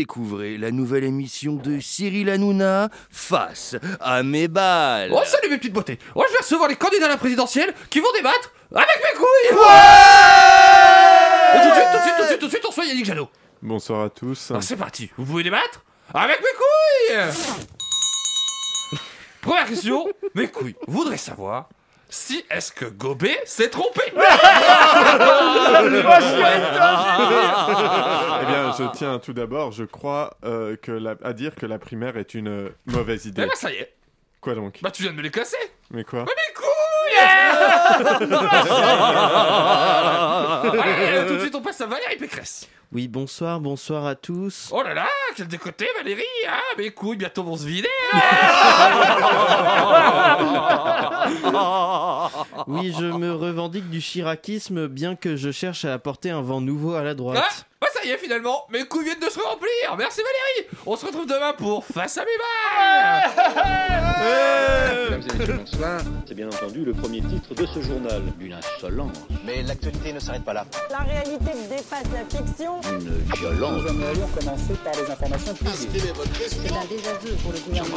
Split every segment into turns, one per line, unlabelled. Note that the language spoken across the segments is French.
Découvrez la nouvelle émission de Cyril Hanouna, Face à mes balles.
Euh,
Oh, salut mes petites beautés Oh, je vais recevoir les candidats à la présidentielle qui vont débattre avec mes couilles Et tout de suite, tout de suite, tout de suite, tout de suite, on reçoit Yannick Jadot.
Bonsoir à tous.
Ah,
Alors c'est parti, vous pouvez débattre avec mes couilles Première question, mes couilles voudraient savoir si est-ce que Gobet s'est trompé
ah,
Eh bien, je tiens tout d'abord, je crois, euh, que la- à dire que la primaire est une euh, mauvaise
Eh
idée.
bah ça y est,
Quoi donc
bah tu viens de me les casser
Mais quoi
Mes couilles Allez, tout de suite on passe à Valérie Pécresse
Oui, bonsoir, bonsoir à tous.
Oh là là, quel décoté Valérie Ah mes couilles bientôt vont se vider
Oui, je me revendique du chiracisme, bien que je cherche à apporter un vent nouveau à la
Ah,
droite.
bah ça y est finalement, mes couilles viennent de se remplir. Merci Valérie. On se retrouve demain pour Face à mes balles.
Mesdames et messieurs, bonsoir. C'est bien entendu le premier titre de ce journal. Une insolence,
Mais l'actualité ne s'arrête pas là.
La réalité dépasse la fiction.
une violence.
C'est un désaveu pour le gouvernement.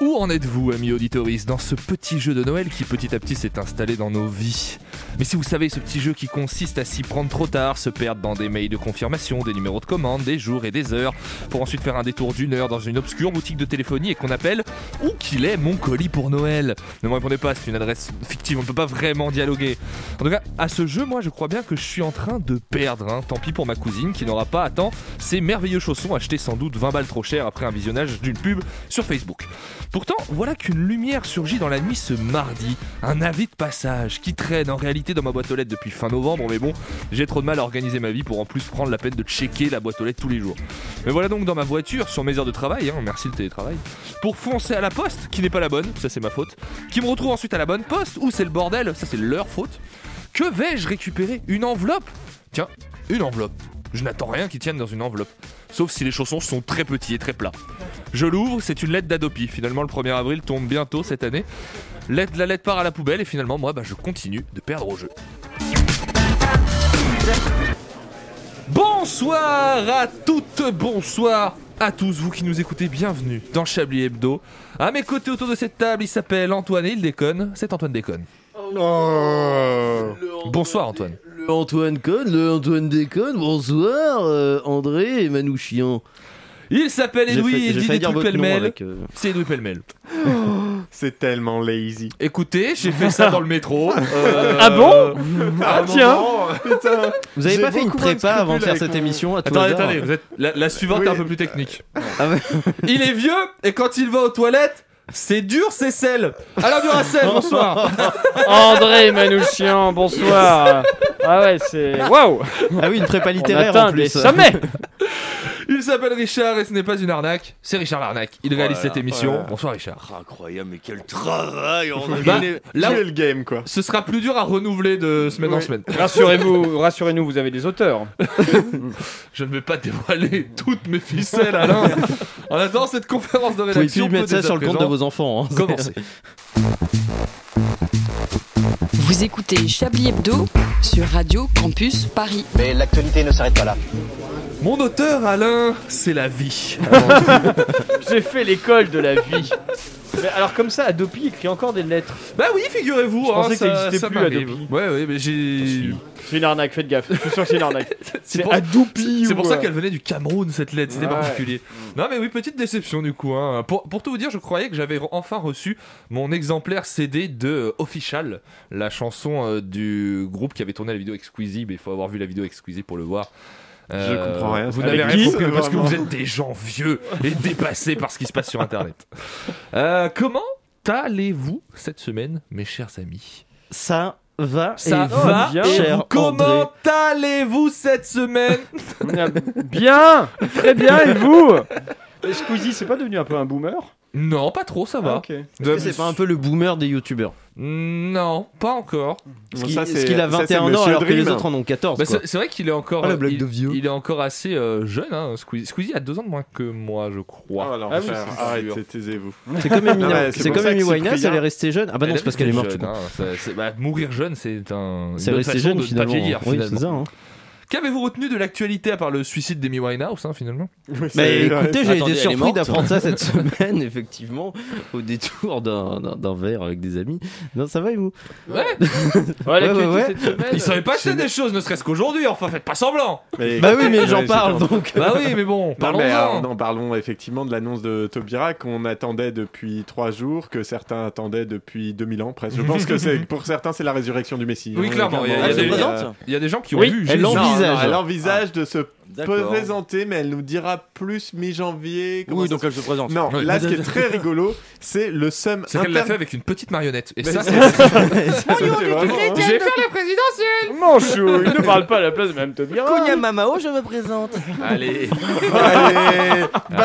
Où en êtes-vous, amis auditoris, dans ce petit jeu de Noël qui petit à petit s'est installé dans nos vies Mais si vous savez, ce petit jeu qui consiste à s'y prendre trop tard, se perdre dans des mails de confirmation, des numéros de commande, des jours et des heures, pour ensuite faire un détour d'une heure dans une obscure boutique de téléphonie et qu'on appelle Où qu'il est mon colis pour Noël Ne me répondez pas, c'est une adresse fictive, on ne peut pas vraiment dialoguer. En tout cas, à ce jeu, moi je crois bien que je suis en train de perdre. hein. Tant pis pour ma cousine qui n'aura pas à temps ces merveilleux chaussons achetés sans doute 20 balles trop cher après un visionnage d'une pub sur Facebook. Pourtant, voilà qu'une lumière surgit dans la nuit ce mardi. Un avis de passage qui traîne en réalité dans ma boîte aux lettres depuis fin novembre, mais bon, j'ai trop de mal à organiser ma vie pour en plus prendre la peine de checker la boîte aux lettres tous les jours. Mais voilà donc dans ma voiture, sur mes heures de travail, hein, merci le télétravail, pour foncer à la poste, qui n'est pas la bonne, ça c'est ma faute, qui me retrouve ensuite à la bonne poste, où c'est le bordel, ça c'est leur faute. Que vais-je récupérer Une enveloppe Tiens, une enveloppe. Je n'attends rien qui tienne dans une enveloppe. Sauf si les chaussons sont très petits et très plats. Je l'ouvre, c'est une lettre d'Adopi. Finalement, le 1er avril tombe bientôt cette année. Lettre- la lettre part à la poubelle et finalement, moi, bah, je continue de perdre au jeu. Bonsoir à toutes, bonsoir à tous, vous qui nous écoutez, bienvenue dans Chablis Hebdo. À mes côtés autour de cette table, il s'appelle Antoine et il déconne, c'est Antoine Déconne.
Oh,
Bonsoir Antoine.
Le Antoine Cohn, le Antoine Déconne, bonsoir, euh, André et Manouchian.
Il s'appelle
J'ai
Edoui
failli-
et il
j'ai
dit
failli
des
dire
trucs
votre nom
pêle-mêle.
avec, euh,
C'est Edoui pêle-mêle.
C'est tellement lazy.
Écoutez, j'ai fait ça dans le métro.
Ah bon
Ah,
tiens.
putain.
Vous avez
J'ai
pas fait une
beaucoup moins de
prépa avant de
scrupules
faire cette
avec mon-
émission à tout
Attendez,
hasard
attendez, vous êtes- la, la suivante
Oui.
est un peu plus technique.
Ah ouais.
il est vieux et quand il va aux toilettes, c'est dur, c'est sel. Alors dur à sel, bonsoir.
André Manouchian, bonsoir. Ah ouais, c'est waouh.
Ah oui, une prépa
On
littéraire en
atteint des
plus.
sommets.
Il s'appelle Richard et ce n'est pas une arnaque, c'est Richard l'arnaque. Il réalise
Voilà,
cette émission.
voilà.
Bonsoir Richard.
Ah, Incroyable, mais quel travail on a
Bah,
gagné.
là,
Tuer le game, quoi.
ce sera plus dur à renouveler de semaine en
Oui.
semaine.
Rassurez-vous, rassurez-nous, vous avez des auteurs.
Je ne vais pas dévoiler toutes mes ficelles, Alain. En attendant cette conférence de
Vous pouvez
rédaction,
plus mettre
peut
ça
dès
sur
à
le compte de
présent
vos enfants. hein.
Commencer.
Vous écoutez Chablis Hebdo sur Radio Campus Paris.
Mais l'actualité ne s'arrête pas là.
Mon auteur, Alain, c'est la vie.
Ah
J'ai fait l'école de la vie. Mais alors comme ça, Adopi écrit encore des lettres.
Bah oui, figurez-vous.
Je
hein,
pensais que ça
ça-
existait
ça
plus,
m'arrive.
Adopi.
Ouais, ouais, mais j'ai.
C'est une arnaque, faites gaffe. Je suis sûr que c'est une arnaque.
C'est pour,
Adopi.
c'est
ou,
pour ça
euh,
qu'elle venait du Cameroun, cette lettre, c'était
Ouais.
particulier.
Mm.
Non, mais oui, petite déception du coup. hein. Pour, pour tout vous dire, je croyais que j'avais re- enfin reçu mon exemplaire CD de euh, Official, la chanson euh, du groupe qui avait tourné la vidéo Exquisite, mais il faut avoir vu la vidéo Exquisite pour le voir. Euh,
comprends rien.
Vous
Avec
n'avez
qui,
rien compris parce que
vraiment
vous êtes des gens vieux et dépassés par ce qui se passe sur Internet. Euh, comment allez-vous cette semaine, mes chers amis
Ça va
Ça
et
va
bien,
et
cher
vous- Comment
André.
allez-vous cette semaine
Bien, très bien. Et vous Et Squeezie, c'est pas devenu un peu un boomer
Non, pas trop, ça va.
Ah, ok.
Est-ce que c'est pas un peu le boomer des youtubeurs
Non, pas encore.
Bon,
Parce qu'il
ça, c'est-
parce qu'il a
ça, c'est
21 ans
Monsieur
alors que les
Dream.
autres en ont 14.
Bah,
quoi.
c'est c'est vrai qu'il est encore. euh,
Ah, le blague
il,
de vieux.
il est encore assez euh, jeune, hein, Squeezie. Squeezie a deux ans de moins que moi, je crois.
alors,
Ah oui,
frère,
c'est sûr.
arrêtez, taisez-vous.
C'est comme Amy,
Non, mais c'est
c'est
pour
comme
ça que
Amy Winehouse,
Cyprien-
elle est restée jeune. Ah bah non,
Elle
c'est parce
est
qu'elle est morte.
jeune,
tu comprends.
hein, ça- c'est- bah, mourir jeune, c'est un.
C'est
une
resté
façon
jeune
de ne
finalement.
Pas vieillir,
Oui,
finalement.
c'est ça. hein.
Qu'avez-vous retenu de l'actualité à part le suicide d'Amy Winehouse, hein, finalement
Mais écoutez, j'ai
Attendez,
été
elle est
surpris
morte
d'apprendre ça cette semaine, effectivement, au détour d'un d'un- d'un verre avec des amis. Non, ça va et vous
Ouais
Ouais,
Ouais,
l'actualité
ouais,
cette semaine.
Il savait pas que c'était des choses, ne serait-ce qu'aujourd'hui, enfin, faites pas semblant
Bah oui, mais j'en parle donc.
Bah oui, mais bon,
Non, mais alors,
parlons-en
non, parlons effectivement de l'annonce de Taubira qu'on attendait depuis trois jours, que certains attendaient depuis 2000 ans presque. Je pense que c'est pour certains c'est la résurrection du Messie.
Oui,
Hein,
clairement, il y a-
euh,
il y a des-
euh,
Il y a des gens qui ont
Oui,
vu.
elle
Jésus.
non,
l'envisage.
non, elle envisage de se
Ah,
D'accord.
présenter, mais elle nous dira plus mi-janvier. comment
Oui,
ça
donc elle se présente.
Non,
Oui.
là, ce qui est très rigolo, c'est le seum
C'est qu'elle l'a
inter-
fait avec une petite marionnette. Et
Mais
ça,
c'est-
c'est.
Ça, c'est vraiment-
J'ai fait la présidentielle
Manchou, il ne parle pas à la place de Mme Taubira.
Mamao, je me présente.
Allez
Allez,
Bah,
bam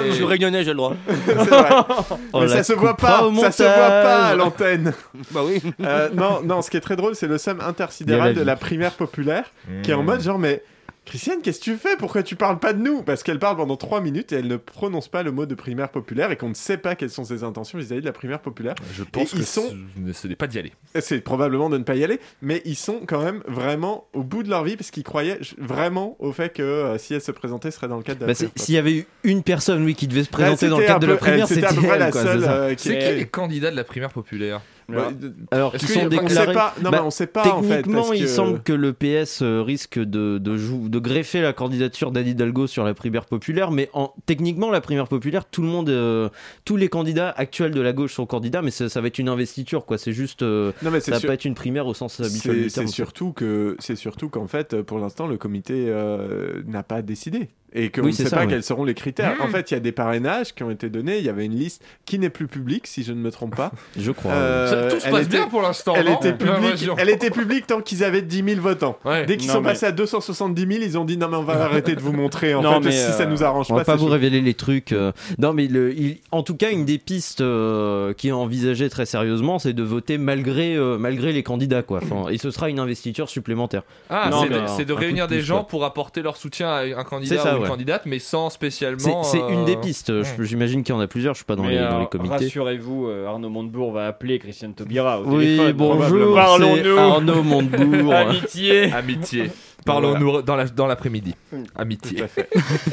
Allez.
réunionnais, j'ai le droit.
C'est vrai. Mais
On Oh, la
ça se voit
coupe
pas,
au
ça se voit
montage.
pas à l'antenne.
Bah oui.
Euh, non, non, ce qui est très drôle, c'est le somme
Il y a la
intersidéral de
vie.
la primaire populaire qui est
Mmh.
en mode genre, mais Christiane, qu'est-ce que tu fais Pourquoi tu parles pas de nous Parce qu'elle parle pendant 3 minutes et elle ne prononce pas le mot de primaire populaire et qu'on ne sait pas quelles sont ses intentions vis-à-vis de la primaire populaire.
Je pense
Et
que
ils sont-
ce- ce n'est pas d'y aller.
C'est probablement de ne pas y aller, mais ils sont quand même vraiment au bout de leur vie parce qu'ils croyaient j- vraiment au fait que euh, si elle se présentait, ce serait dans le cadre de la
Bah,
primaire
c'est- S'il y avait eu une personne, oui, qui devait se
populaire.
présenter dans le
C'était
cadre
un
de la
peu-
primaire,
elle, c'était à peu
c'était
près
elle.
la
quoi,
seule
c'est ça.
euh, qui
C'est qui
était-
les candidats de la primaire populaire
Bah,
Alors
Est-ce
qu'ils
qu'il y
sont
a- enfin,
on sait
déclarés.
pas. Non,
Bah,
mais on sait pas en fait.
Techniquement,
parce que-
il semble que le PS euh, risque de, de, jou- de greffer la candidature d'Anne Hidalgo sur la primaire populaire, mais en, techniquement, la primaire populaire, tout le monde, euh, tous les candidats actuels de la gauche sont candidats, mais ça, ça va être une investiture, quoi. C'est juste, euh,
Non, mais
ça
c'est
va
sûr-
pas être une primaire au sens habituel
C'est
du terme.
c'est surtout que c'est surtout qu'en fait, pour l'instant, le comité euh, n'a pas décidé et qu'on
Oui,
ne
c'est
sait
ça,
pas
oui.
quels seront les critères.
Mmh.
En fait, il y a des parrainages qui ont été donnés. Il y avait une liste qui n'est plus publique, si je ne me trompe pas.
Je crois.
Euh,
Ça, Tout se
elle
passe
était-
bien pour l'instant.
Elle
non
était
J'ai
publique.
l'impression.
Elle était publique tant qu'ils avaient 10 000 votants.
Ouais.
Dès qu'ils
Non,
sont
mais-
passés à 270 000, ils ont dit non mais on va arrêter de vous montrer en
Non,
fait
mais,
si ça
euh,
nous arrange
On va
pas.
pas
c'est
vous
chaud.
révéler les trucs. euh. Non, mais le- il- en tout cas, une des pistes euh, qui est envisagée très sérieusement, c'est de voter malgré, euh, malgré les candidats. Quoi. Enfin, et ce sera une investiture supplémentaire.
Ah,
Non,
c'est
mais
de,
alors,
c'est de
un coup de
réunir des
pouce,
gens
quoi.
pour apporter leur soutien à un
C'est
candidat
ça,
ou une
ouais.
candidate, mais sans
C'est
spécialement.
c'est une des
euh,
pistes. Je- J'imagine qu'il y en a plusieurs. Je suis pas dans,
Mais
les,
alors,
dans les comités.
Rassurez-vous, euh, Arnaud Montebourg va appeler Christiane Taubira au
Oui,
téléphone.
bonjour.
probablement.
C'est
Parlons-nous. Ah,
Arnaud Montebourg.
Amitié.
Amitié. Parlons-nous dans la- dans l'après-midi. Amitié.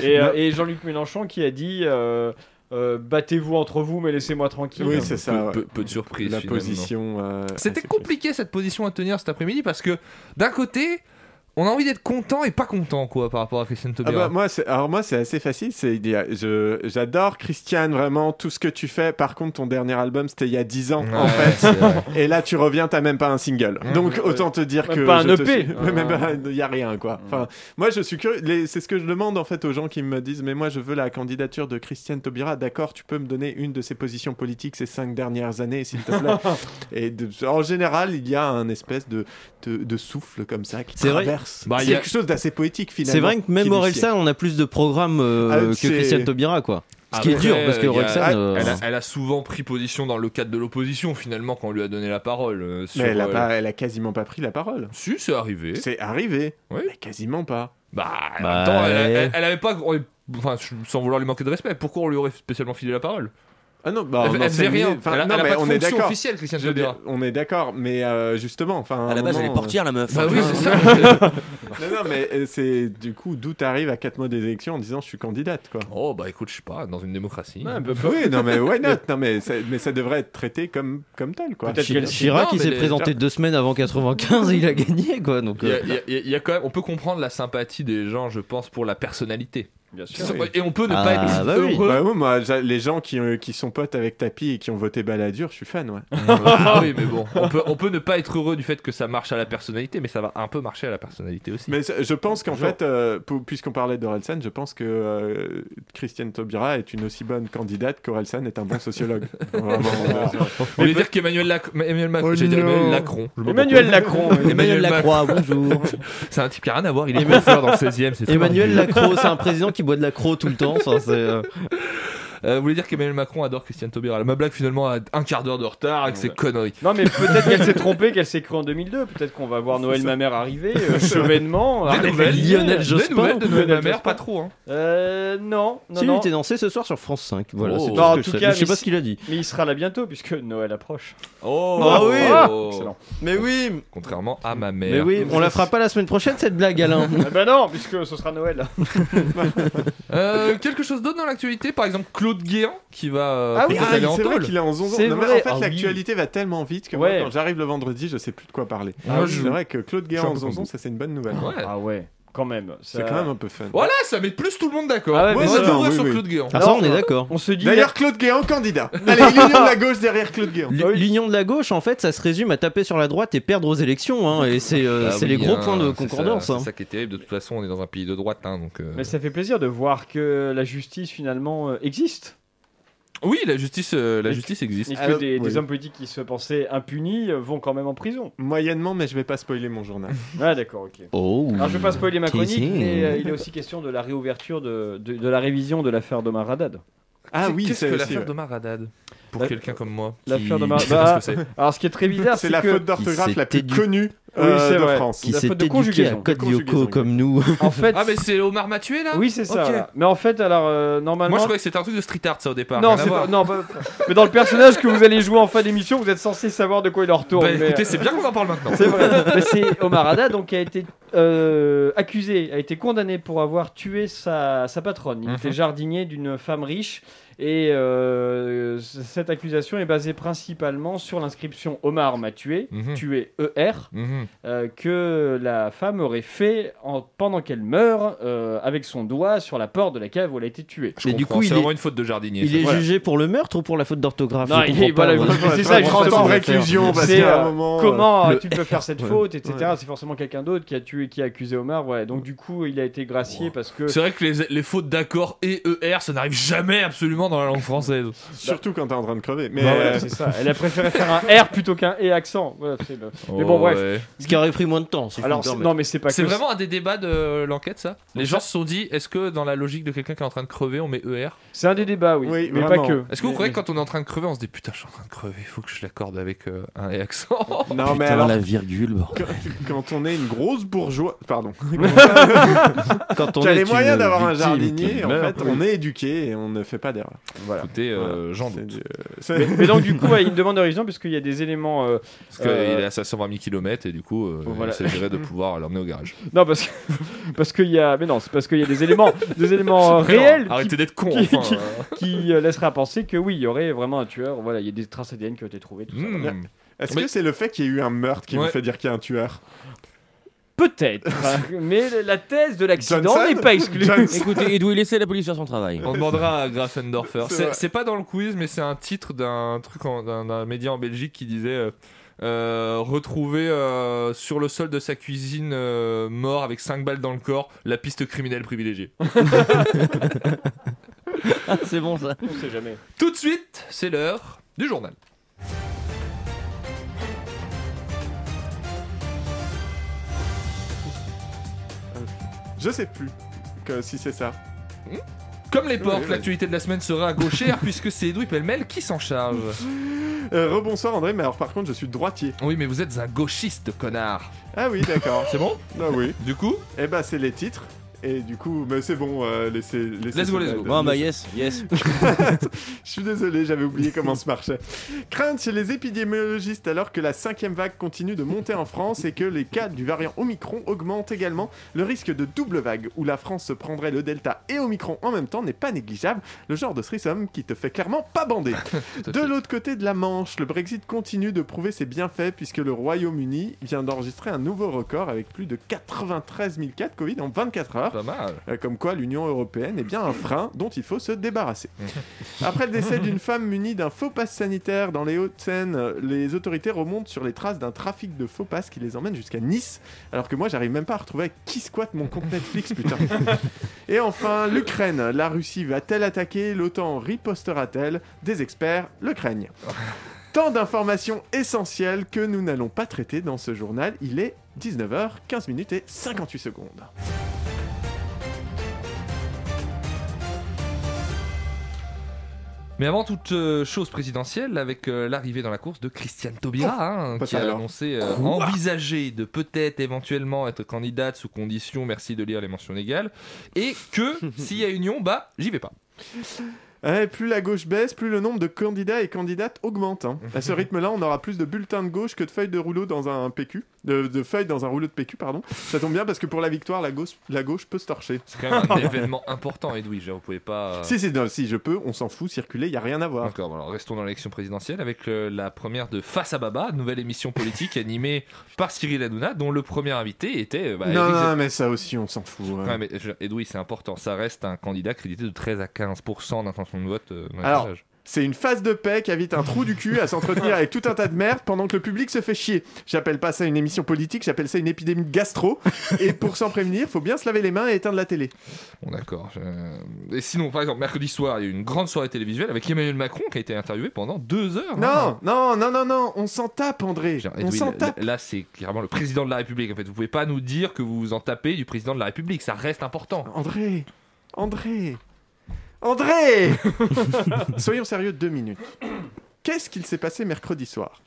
et euh, et Jean-Luc Mélenchon qui a dit euh, euh, battez-vous entre vous, mais laissez-moi tranquille.
Oui, c'est ça.
Peu,
ouais.
peu- peu de surprise.
La
finalement.
position. euh,
C'était
assez-
compliqué cette position à tenir cet après-midi parce que d'un côté, on a envie d'être content et pas content quoi par rapport à Christiane
Ah
Taubira.
bah, moi, c'est- alors moi, c'est assez facile. C'est il y a- je- j'adore Christiane vraiment tout ce que tu fais. Par contre, ton dernier album, c'était il y a 10 ans en
Ouais,
fait.
c'est vrai.
Et là, tu reviens, t'as même pas un single.
Mmh.
Donc autant te dire
Même
que
pas
je
un
E
te
EP.
suis-
Ah.
même pas- il y a rien quoi.
Mmh.
Enfin, moi, je suis curieux. Les- C'est ce que je demande en fait aux gens qui me disent, mais moi, je veux la candidature de Christiane Taubira. D'accord, tu peux me donner une de ses positions politiques ces cinq dernières années, s'il te plaît. Et de- en général, il y a un espèce de de, de souffle comme ça qui
C'est vrai.
traverse.
Bah, il
c'est
y a-
quelque chose d'assez poétique finalement.
C'est vrai que
qui
même
nous
Orelsan, on a plus de programmes euh,
Ah,
que
c'est-
Christiane Taubira. Quoi. Ce qui est
Après,
dur, parce que
il y a-
Roxane,
elle-
euh,
elle, a, elle a souvent pris position dans le cadre de l'opposition finalement quand on lui a donné la parole. euh, sur,
Mais elle a,
euh,
pas- elle a quasiment pas pris la parole.
Si, c'est arrivé.
C'est arrivé.
Oui.
Mais quasiment pas.
Bah, en
Bah,
même temps, elle,
ouais.
elle- elle avait pas. on est- Enfin, sans vouloir lui manquer de respect, pourquoi on lui aurait spécialement filé la parole
Ah non, bah,
Elle,
on en
elle faisait
sait
rien.
mieux. Enfin,
elle a,
non,
elle a
mais
pas de
on est
fonction
d'accord.
officielle, Christiane
Je veux
Taubira.
dire, on est d'accord, mais euh, justement, enfin.
À la base, elle est
partie
portière, la meuf.
Bah oui, c'est ça.
Non, non, mais euh, c'est du coup d'où t'arrives à 4 mois des élections en disant je suis candidate, quoi.
oh, bah écoute, je sais pas, dans une démocratie.
Ouais, bah,
Oui, non, mais why not Non, mais ça, mais ça devrait être traité comme, comme tel, quoi.
Peut-être
Chi-
qu'elle-
Chirac,
Non,
il
mais
s'est
les-
présenté deux semaines avant 95 et il a gagné. Quoi, donc,
Il y,
euh,
a, il y a- il y a- il y a quand même, on peut comprendre la sympathie des gens, je pense, pour la personnalité.
Bien sûr.
Ah oui.
Et on peut ne
Ah,
pas être
bah oui.
heureux.
Bah oui, moi, j'a- les gens qui, euh, qui sont potes avec Tapi et qui ont voté Balladur, je suis fan, ouais.
Ah oui, mais bon, on peut, on peut ne pas être heureux du fait que ça marche à la personnalité, mais ça va un peu marcher à la personnalité aussi.
Mais ça- je pense qu'en
Genre.
fait, euh, pour- puisqu'on parlait d'Orelsan, je pense que euh, Christiane Taubira est une aussi bonne candidate qu'Orelsan est un bon sociologue. Vraiment, euh,
on veut dire qu'Emmanuel Lac- Emmanuel Mac- j'allais dire Emmanuel Lacron. je me
Emmanuel Lacron.
comprends. Emmanuel Lacron.
bonjour.
C'est un type qui a rien à voir, il est coiffeur dans le 16 e
Emmanuel Lacro, c'est un président qui boit de la croix tout le temps. ça, c'est, euh,
Euh, vous voulez dire qu'Emmanuel Macron adore Christiane Taubira Ma blague finalement a un quart d'heure de retard avec ses conneries.
Non, mais peut-être qu'elle s'est trompée, qu'elle s'est créée en 2002. Peut-être qu'on va voir Noël ma mère arriver, euh, chevènement.
Des
Arlette
nouvelles,
Allier.
Lionel
des
Jospin.
nouvelles de Noël, ma
Lionel
mère, pas
Jospin.
trop. Hein.
Euh, non, non,
Si, il
non.
était dansé ce soir sur France 5. Voilà,
Oh.
c'est tout
Non,
ce
en
que
tout
je, sais.
cas,
je sais
mais
pas ce qu'il a dit.
Mais il sera là bientôt, puisque Noël approche.
Oh,
Ah oui.
Excellent.
Mais oui,
Contrairement à ma mère.
mais oui, on la fera pas la semaine prochaine cette blague, Alain.
Ah bah non, puisque ce sera Noël.
Euh, quelque chose d'autre dans l'actualité, par exemple Claude Guéant qui va euh,
Ah oui,
peut-être
Ah,
aller en
c'est vrai
tôle.
qu'il est en zonzon.
C'est
Non, mais
vrai.
En fait,
Ah oui.
l'actualité va tellement vite que
Ouais.
moi, quand j'arrive le vendredi, je sais plus de quoi parler.
Ah oui.
c'est vrai que Claude
Je suis
Guéant
un
en
peu
zonzon,
comme
ça c'est une bonne nouvelle.
Ouais.
Ah ouais, quand même.
C'est
ça-
quand même un peu fun.
Voilà, ça met plus tout le monde d'accord.
Ah ouais,
Moi,
mais
je
voilà,
devrais
oui,
sur
oui.
Claude Guéant.
Ah ça, on est d'accord.
On se dit.
D'ailleurs, Claude Guéant candidat. Allez, l'union de la gauche derrière Claude Guéant.
L- L'union de la gauche, en fait, ça se résume à taper sur la droite et perdre aux élections. hein, et c'est euh,
Ah
c'est
oui,
les gros
hein,
points de
c'est ça-
concordance.
C'est
hein.
ça qui est terrible. De toute façon, on est dans un pays de droite, hein, donc. euh,
Mais ça fait plaisir de voir que la justice finalement euh, existe.
Oui, la justice, euh, la
Et-
justice existe.
Et que
Alors,
des,
oui.
des hommes politiques qui se pensaient impunis euh, vont quand même en prison.
Moyennement, mais je vais pas spoiler mon journal.
Ah d'accord, ok.
Oh.
Alors je vais pas spoiler ma chronique,
Teasing.
mais euh, il est aussi question de la réouverture de, de, de la révision de l'affaire d'Omar Haddad.
Ah
Qu'est-
oui,
qu'est-ce
c'est
que
aussi,
euh.
euh,
l'affaire
ouais.
de Maradad pour
La-
quelqu'un comme moi
l'affaire
qui
de Mar-
sait pas
Bah,
ce que c'est.
Alors ce qui est très bizarre,
C'est
c'est
la
que
faute d'orthographe la plus
s'était du-
connue
Oui,
euh,
c'est
de
vrai.
France.
Qui
la
s'est
faute de
éduqué à
conjugaison.
Code
De conjugaison,
Lyoko comme nous.
en fait,
Ah mais c'est Omar Mathieu là.
oui c'est ça.
Ok.
voilà. Mais en fait, alors euh, normalement,
Moi je croyais que c'était un truc de street art ça au départ.
non,
rien à
c'est pas-
voir.
non, bah, mais dans le personnage que vous allez jouer en fin d'émission, vous êtes censé savoir de quoi il leur tourne.
Bah,
mais- euh,
écoutez, c'est bien qu'on en parle maintenant.
C'est vrai. Mais c'est Omar Haddad donc qui a été euh, accusé, a été condamné pour avoir tué sa, sa patronne. Il
Mhm.
était jardinier d'une femme riche et euh, c- cette accusation est basée principalement sur l'inscription Omar m'a tué,
Mhm.
tué ER,
Mhm.
euh, que la femme aurait fait en- pendant qu'elle meurt euh, avec son doigt sur la porte de la cave où elle a été tuée.
Je
Mais du
comprends,
coup,
c'est
il est-
vraiment une faute de jardinier.
Il
ça.
est
Voilà.
jugé pour le meurtre ou pour la faute d'orthographe
Non,
Je
il
comprends
est-
pas,
voilà,
moi.
vous- c'est ça,
30
justement,
ans de
c'est,
réclusion, parce
c'est,
qu'à
euh,
un
Oh,
moment. euh,
Comment
le
tu peux faire cette
R,
faute, etc.
ouais.
C'est forcément quelqu'un d'autre qui a tué, qui a accusé Omar. Ouais. Donc du coup, il a été gracié parce que
C'est vrai que les, les fautes d'accord et ER, ça n'arrive jamais absolument dans la langue française.
euh, Surtout quand t'es en train de crever. Mais
Bah voilà,
euh,
c'est ça. Elle a préféré faire un R plutôt qu'un E accent. Voilà, c'est le- Mais bon, bref.
ouais.
Ce qui aurait pris moins de temps. si je
Alors,
puis
c'est-
me
non, mais c'est pas
C'est
que
vraiment un des débats de euh, l'enquête, ça Les
Donc
gens
ça-
se sont dit, est-ce que dans la logique de quelqu'un qui est en train de crever, on met ER
C'est un des débats, oui.
Oui,
mais
vraiment.
pas que.
Est-ce que vous
Mais-
croyez que quand on est en train de crever, on se dit, putain, je suis en train de crever, faut que je l'accorde avec euh, un E accent
Non, mais
Putain,
alors,
la virgule, bordel.
quand, quand on est une grosse bourgeoise. Pardon.
quand
T'as
est
les moyens
une
d'avoir un
victime
jardinier, hein.
qui
en
meurt,
fait, on est éduqué et on ne fait pas d'erreur. Voilà.
Écoutez, euh, j'en
C'est
doute.
du- c'est-
Mais, mais donc, du coup, ouais, il me demande d'origine parce qu'il y a des éléments. euh,
Parce qu'il
Euh,
est à 520 000 km et du coup, euh,
Voilà.
il s'agirait de pouvoir l'emmener au garage.
Non, parce que parce qu'il y a. Mais non, c'est parce qu'il y a des éléments, des éléments euh, réels qui,
Arrêtez d'être con,
qui-
enfin
qui- qui, euh, laisseraient à penser que oui, il y aurait vraiment un tueur. Voilà, il y a des traces ADN qui ont été trouvées. tout ça.
Hmm.
Est-ce
Mais-
que c'est le fait qu'il y ait eu un meurtre qui
Ouais.
vous fait dire qu'il y a un tueur
Peut-être. hein, mais la thèse de l'accident
Johnson
n'est pas exclue.
Johnson
Écoutez, Edoui, laissez la police faire son travail.
On demandera à Grafendorfer.
C'est
C'est-
vrai.
C'est pas dans le quiz, mais c'est un titre d'un truc en- d'un d'un média en Belgique qui disait euh, euh, retrouver euh, sur le sol de sa cuisine euh, mort avec 5 balles dans le corps la piste criminelle privilégiée.
c'est bon ça.
On sait jamais.
Tout de suite, c'est l'heure du journal.
Je sais plus que si c'est ça.
Comme les
Ouais,
portes,
ouais.
l'actualité de la semaine sera à gauchère puisque c'est Edoui Pellemel qui s'en charge.
Euh, Rebonsoir André, mais alors par contre je suis droitier.
Oui, mais vous êtes un gauchiste, connard.
Ah oui, d'accord.
C'est bon
ah oui.
Du coup
Eh bah c'est les titres. Et du coup, mais c'est bon, euh, laissez, laissez.
Let's go, let's go.
Bon, bah yes, yes.
Je suis désolé, j'avais oublié comment se marchait. Crainte chez les épidémiologistes alors que la cinquième vague continue de monter en France et que les cas du variant Omicron augmentent également, le risque de double vague où la France se prendrait le Delta et Omicron en même temps n'est pas négligeable, le genre de threesome qui te fait clairement pas bander. De l'autre côté de la Manche, le Brexit continue de prouver ses bienfaits puisque le Royaume-Uni vient d'enregistrer un nouveau record avec plus de 93 000 cas de Covid en 24 heures.
Pas mal.
Euh, comme quoi l'Union européenne est bien un frein dont il faut se débarrasser. Après le décès d'une femme munie d'un faux pass sanitaire dans les Hauts-de-Seine, euh, les autorités remontent sur les traces d'un trafic de faux pass qui les emmène jusqu'à Nice, alors que moi j'arrive même pas à retrouver qui squatte mon compte Netflix, putain. Et enfin, l'Ukraine. La Russie va-t-elle attaquer L'OTAN ripostera-t-elle Des experts le craignent. Tant d'informations essentielles que nous n'allons pas traiter dans ce journal. Il est 19h15 minutes et 58 secondes.
Mais avant toute euh, chose présidentielle, avec euh, l'arrivée dans la course de Christiane Taubira, hein,
Oh, pas
qui
ça
a
alors.
annoncé euh,
Quoi
envisager de peut-être éventuellement être candidate sous condition, merci de lire les mentions légales, et que s'il y a union, bah j'y vais pas.
Ouais, Hein, plus la gauche baisse, plus le nombre de candidats et candidates augmente. hein. À ce rythme-là, on aura plus de bulletins de gauche que de feuilles de rouleau dans un PQ. De, de feuilles dans un rouleau de PQ, pardon. Ça tombe bien parce que pour la victoire, la gauche, la gauche peut se torcher.
C'est quand même un événement important, Edoui, vous pouvez pas... euh,
Si, si, non, si je peux, on s'en fout, circuler, il n'y a rien à voir.
D'accord, bon, alors restons dans l'élection présidentielle avec euh, la première de Face à Baba, nouvelle émission politique animée par Cyril Hanouna, dont le premier invité était... euh, bah,
non,
Éric
non,
Zemmour.
mais ça aussi, on s'en fout. hein. ouais.
Ouais, mais je- Edoui, c'est important, ça reste un candidat crédité de 13 à 15% d'intention de vote. euh, dans les
Alors,
sondages.
c'est une phase de paix qui invite un trou du cul à s'entretenir avec tout un tas de merde pendant que le public se fait chier. J'appelle pas ça une émission politique, j'appelle ça une épidémie de gastro. Et pour s'en prévenir, faut bien se laver les mains et éteindre la télé.
Bon, d'accord. je- Et sinon, par exemple, mercredi soir, il y a eu une grande soirée télévisuelle avec Emmanuel Macron qui a été interviewé pendant deux heures. hein.
Non, non, non, non, non, on s'en tape, André.
Et
on
oui,
s'en
là-
tape.
Là, c'est clairement le président de la République. En fait, vous pouvez pas nous dire que vous vous en tapez du président de la République. Ça reste important.
André, André, André Soyons sérieux deux minutes. Qu'est-ce qu'il s'est passé mercredi soir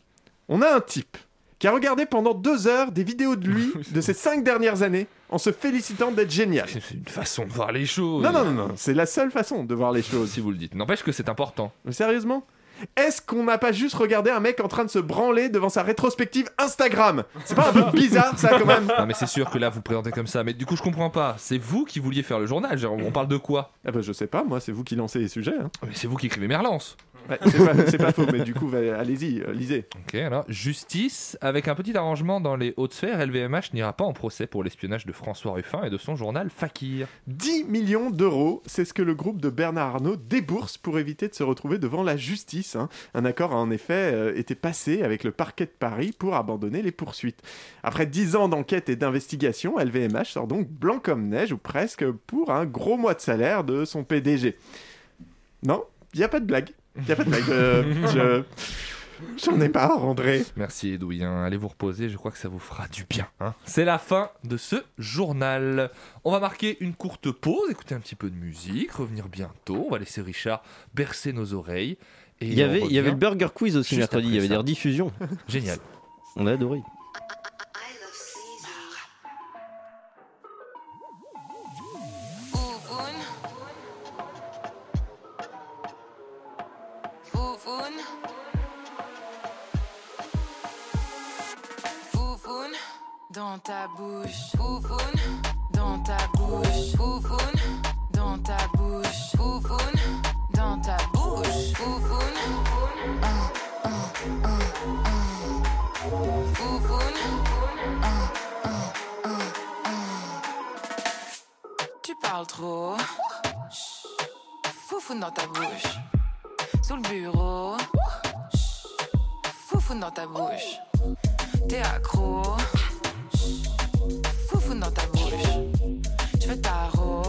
On a un type qui a regardé pendant deux heures des vidéos de lui de ces cinq dernières années en se félicitant d'être génial.
C'est une façon de voir les choses.
Non, non, non, non, c'est la seule façon de voir les choses.
Si vous le dites. N'empêche que c'est important.
Mais sérieusement Est-ce qu'on n'a pas juste regardé un mec en train de se branler devant sa rétrospective Instagram C'est pas un peu bizarre ça quand même
Non, mais c'est sûr que là, vous présentez comme ça. Mais du coup, je comprends pas. C'est vous qui vouliez faire le journal. Genre, On parle de quoi
Ah bah je sais pas, moi c'est vous qui lancez les sujets. hein.
Mais c'est vous qui écrivez Merlance.
Ouais, c'est, pas, c'est pas faux, mais du coup va- allez-y, euh, lisez.
Ok, alors, justice, avec un petit arrangement dans les hautes sphères, LVMH n'ira pas en procès pour l'espionnage de François Ruffin et de son journal Fakir.
10 millions d'euros, c'est ce que le groupe de Bernard Arnault débourse pour éviter de se retrouver devant la justice. hein. Un accord a en effet euh, été passé avec le parquet de Paris pour abandonner les poursuites. Après 10 ans d'enquête et d'investigation, LVMH sort donc blanc comme neige, ou presque, pour un gros mois de salaire de son PDG. Non, il n'y a pas de blague. Il a pas de blague. Euh, je- J'en ai marre, André.
Merci Edoui, hein. allez vous reposer, je crois que ça vous fera du bien. hein. C'est la fin de ce journal. On va marquer une courte pause, écouter un petit peu de musique, revenir bientôt. On va laisser Richard bercer nos oreilles. Et
Il y
on
avait, il y avait
revient.
le Burger Quiz aussi
juste
mercredi, il
après
y avait des
ça.
rediffusions.
Génial.
On a adoré.
Ouvoun. Ouvoun. Ouvoun. Dans ta bouche, Ouvoun. Dans ta bouche, Ouvoun. Dans ta bouche, Ouvoun. Dans ta bouche, Ouvoun. Un, un, un, un. Ouvoun. Un, un, un, un. Tu parles trop. Chut. Foufoune dans ta bouche. Sous le bureau. Chut. Foufoune dans ta bouche. T'es accro. Chut. Foufoune dans ta bouche. Je fais tarot.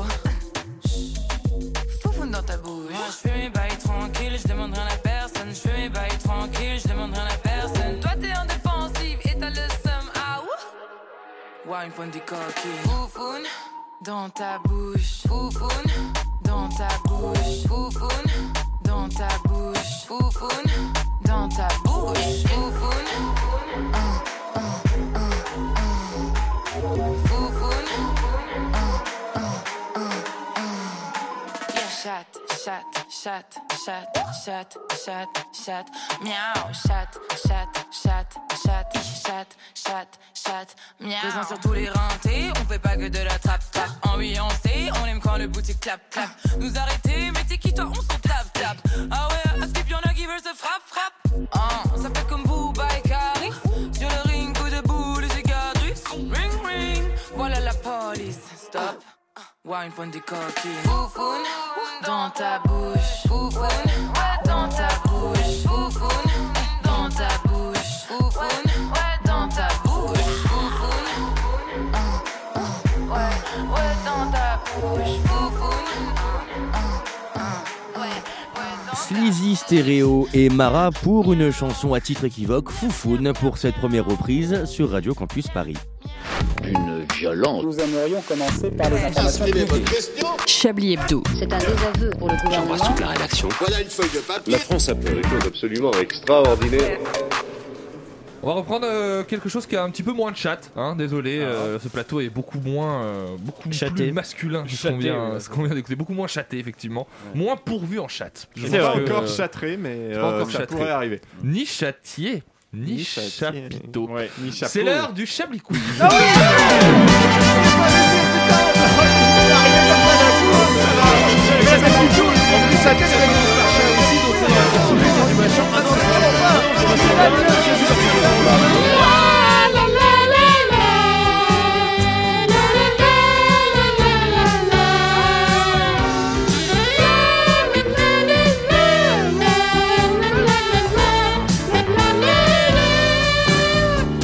Foufoune dans ta bouche. Moi, je fais mes bails tranquilles, je demande rien à personne. Je fais mes bails tranquilles, je demande rien à personne. Toi, t'es en défensive et t'as le seum. Ah, ouh. Ouais, une pointe de coquille. Foufoune dans ta bouche. Foufoune dans ta bouche. Foufoune dans ta bouche. Foufoune dans ta bouche. Foufoune. Un, un, un, un. Foufoune. Uh, Un, un, un, un. uh. Yeah, Chatte, chatte, chatte, chatte, chatte, chatte, chatte, miaou, chatte, chatte, chatte, chatte, chatte, chatte, chatte, miaou. Présent sur tous les rentés, on fait pas que de la trappe, tape. Ambiancé, on aime quand le boutique clap, clap. Nous arrêter, mais t'es qui toi, on s'en tape, tape. Ah ouais, à skip, y'en a qui veulent se frappe, frappe. Ah, on s'appelle comme Booba et Karis. Sur le ring, coup de boule, j'ai Gadrix. Ring, ring, voilà la police, stop. Wine pointe des coquilles. Foufoune dans ta bouche. Foufoune dans ta bouche. Foufoune dans ta bouche. Foufoune dans ta bouche. Foufoune. Un, un, Ouais, ouais, dans ta bouche. Foufoune. Un, un, un, Ouais, ouais, dans
Sleazy Stéréo et Mara pour une chanson à titre équivoque Foufoune pour cette première reprise sur Radio Campus Paris.
D'une violence.
Nous aimerions commencer par les
informations publiques.
Chablis Hebdo.
C'est un désaveu pour le gouvernement.
la rédaction. Voilà une feuille de papier.
La France a fait des choses absolument extraordinaires.
On va reprendre euh, quelque chose qui a un petit peu moins de chat. hein, désolé,
Ah.
euh, ce plateau est beaucoup moins, euh, beaucoup plus masculin. que Ce qu'on
Chaté,
vient,
ouais.
ce qu'on vient d'écouter, beaucoup moins chaté effectivement, moins pourvu en chat.
C'est pas encore châtré, mais,
c'est pas
euh,
encore
ça pourrait arriver.
Ni châtier, ni, chapiteau.
chapeau. Ah
C'est l'heure du chablis quiz.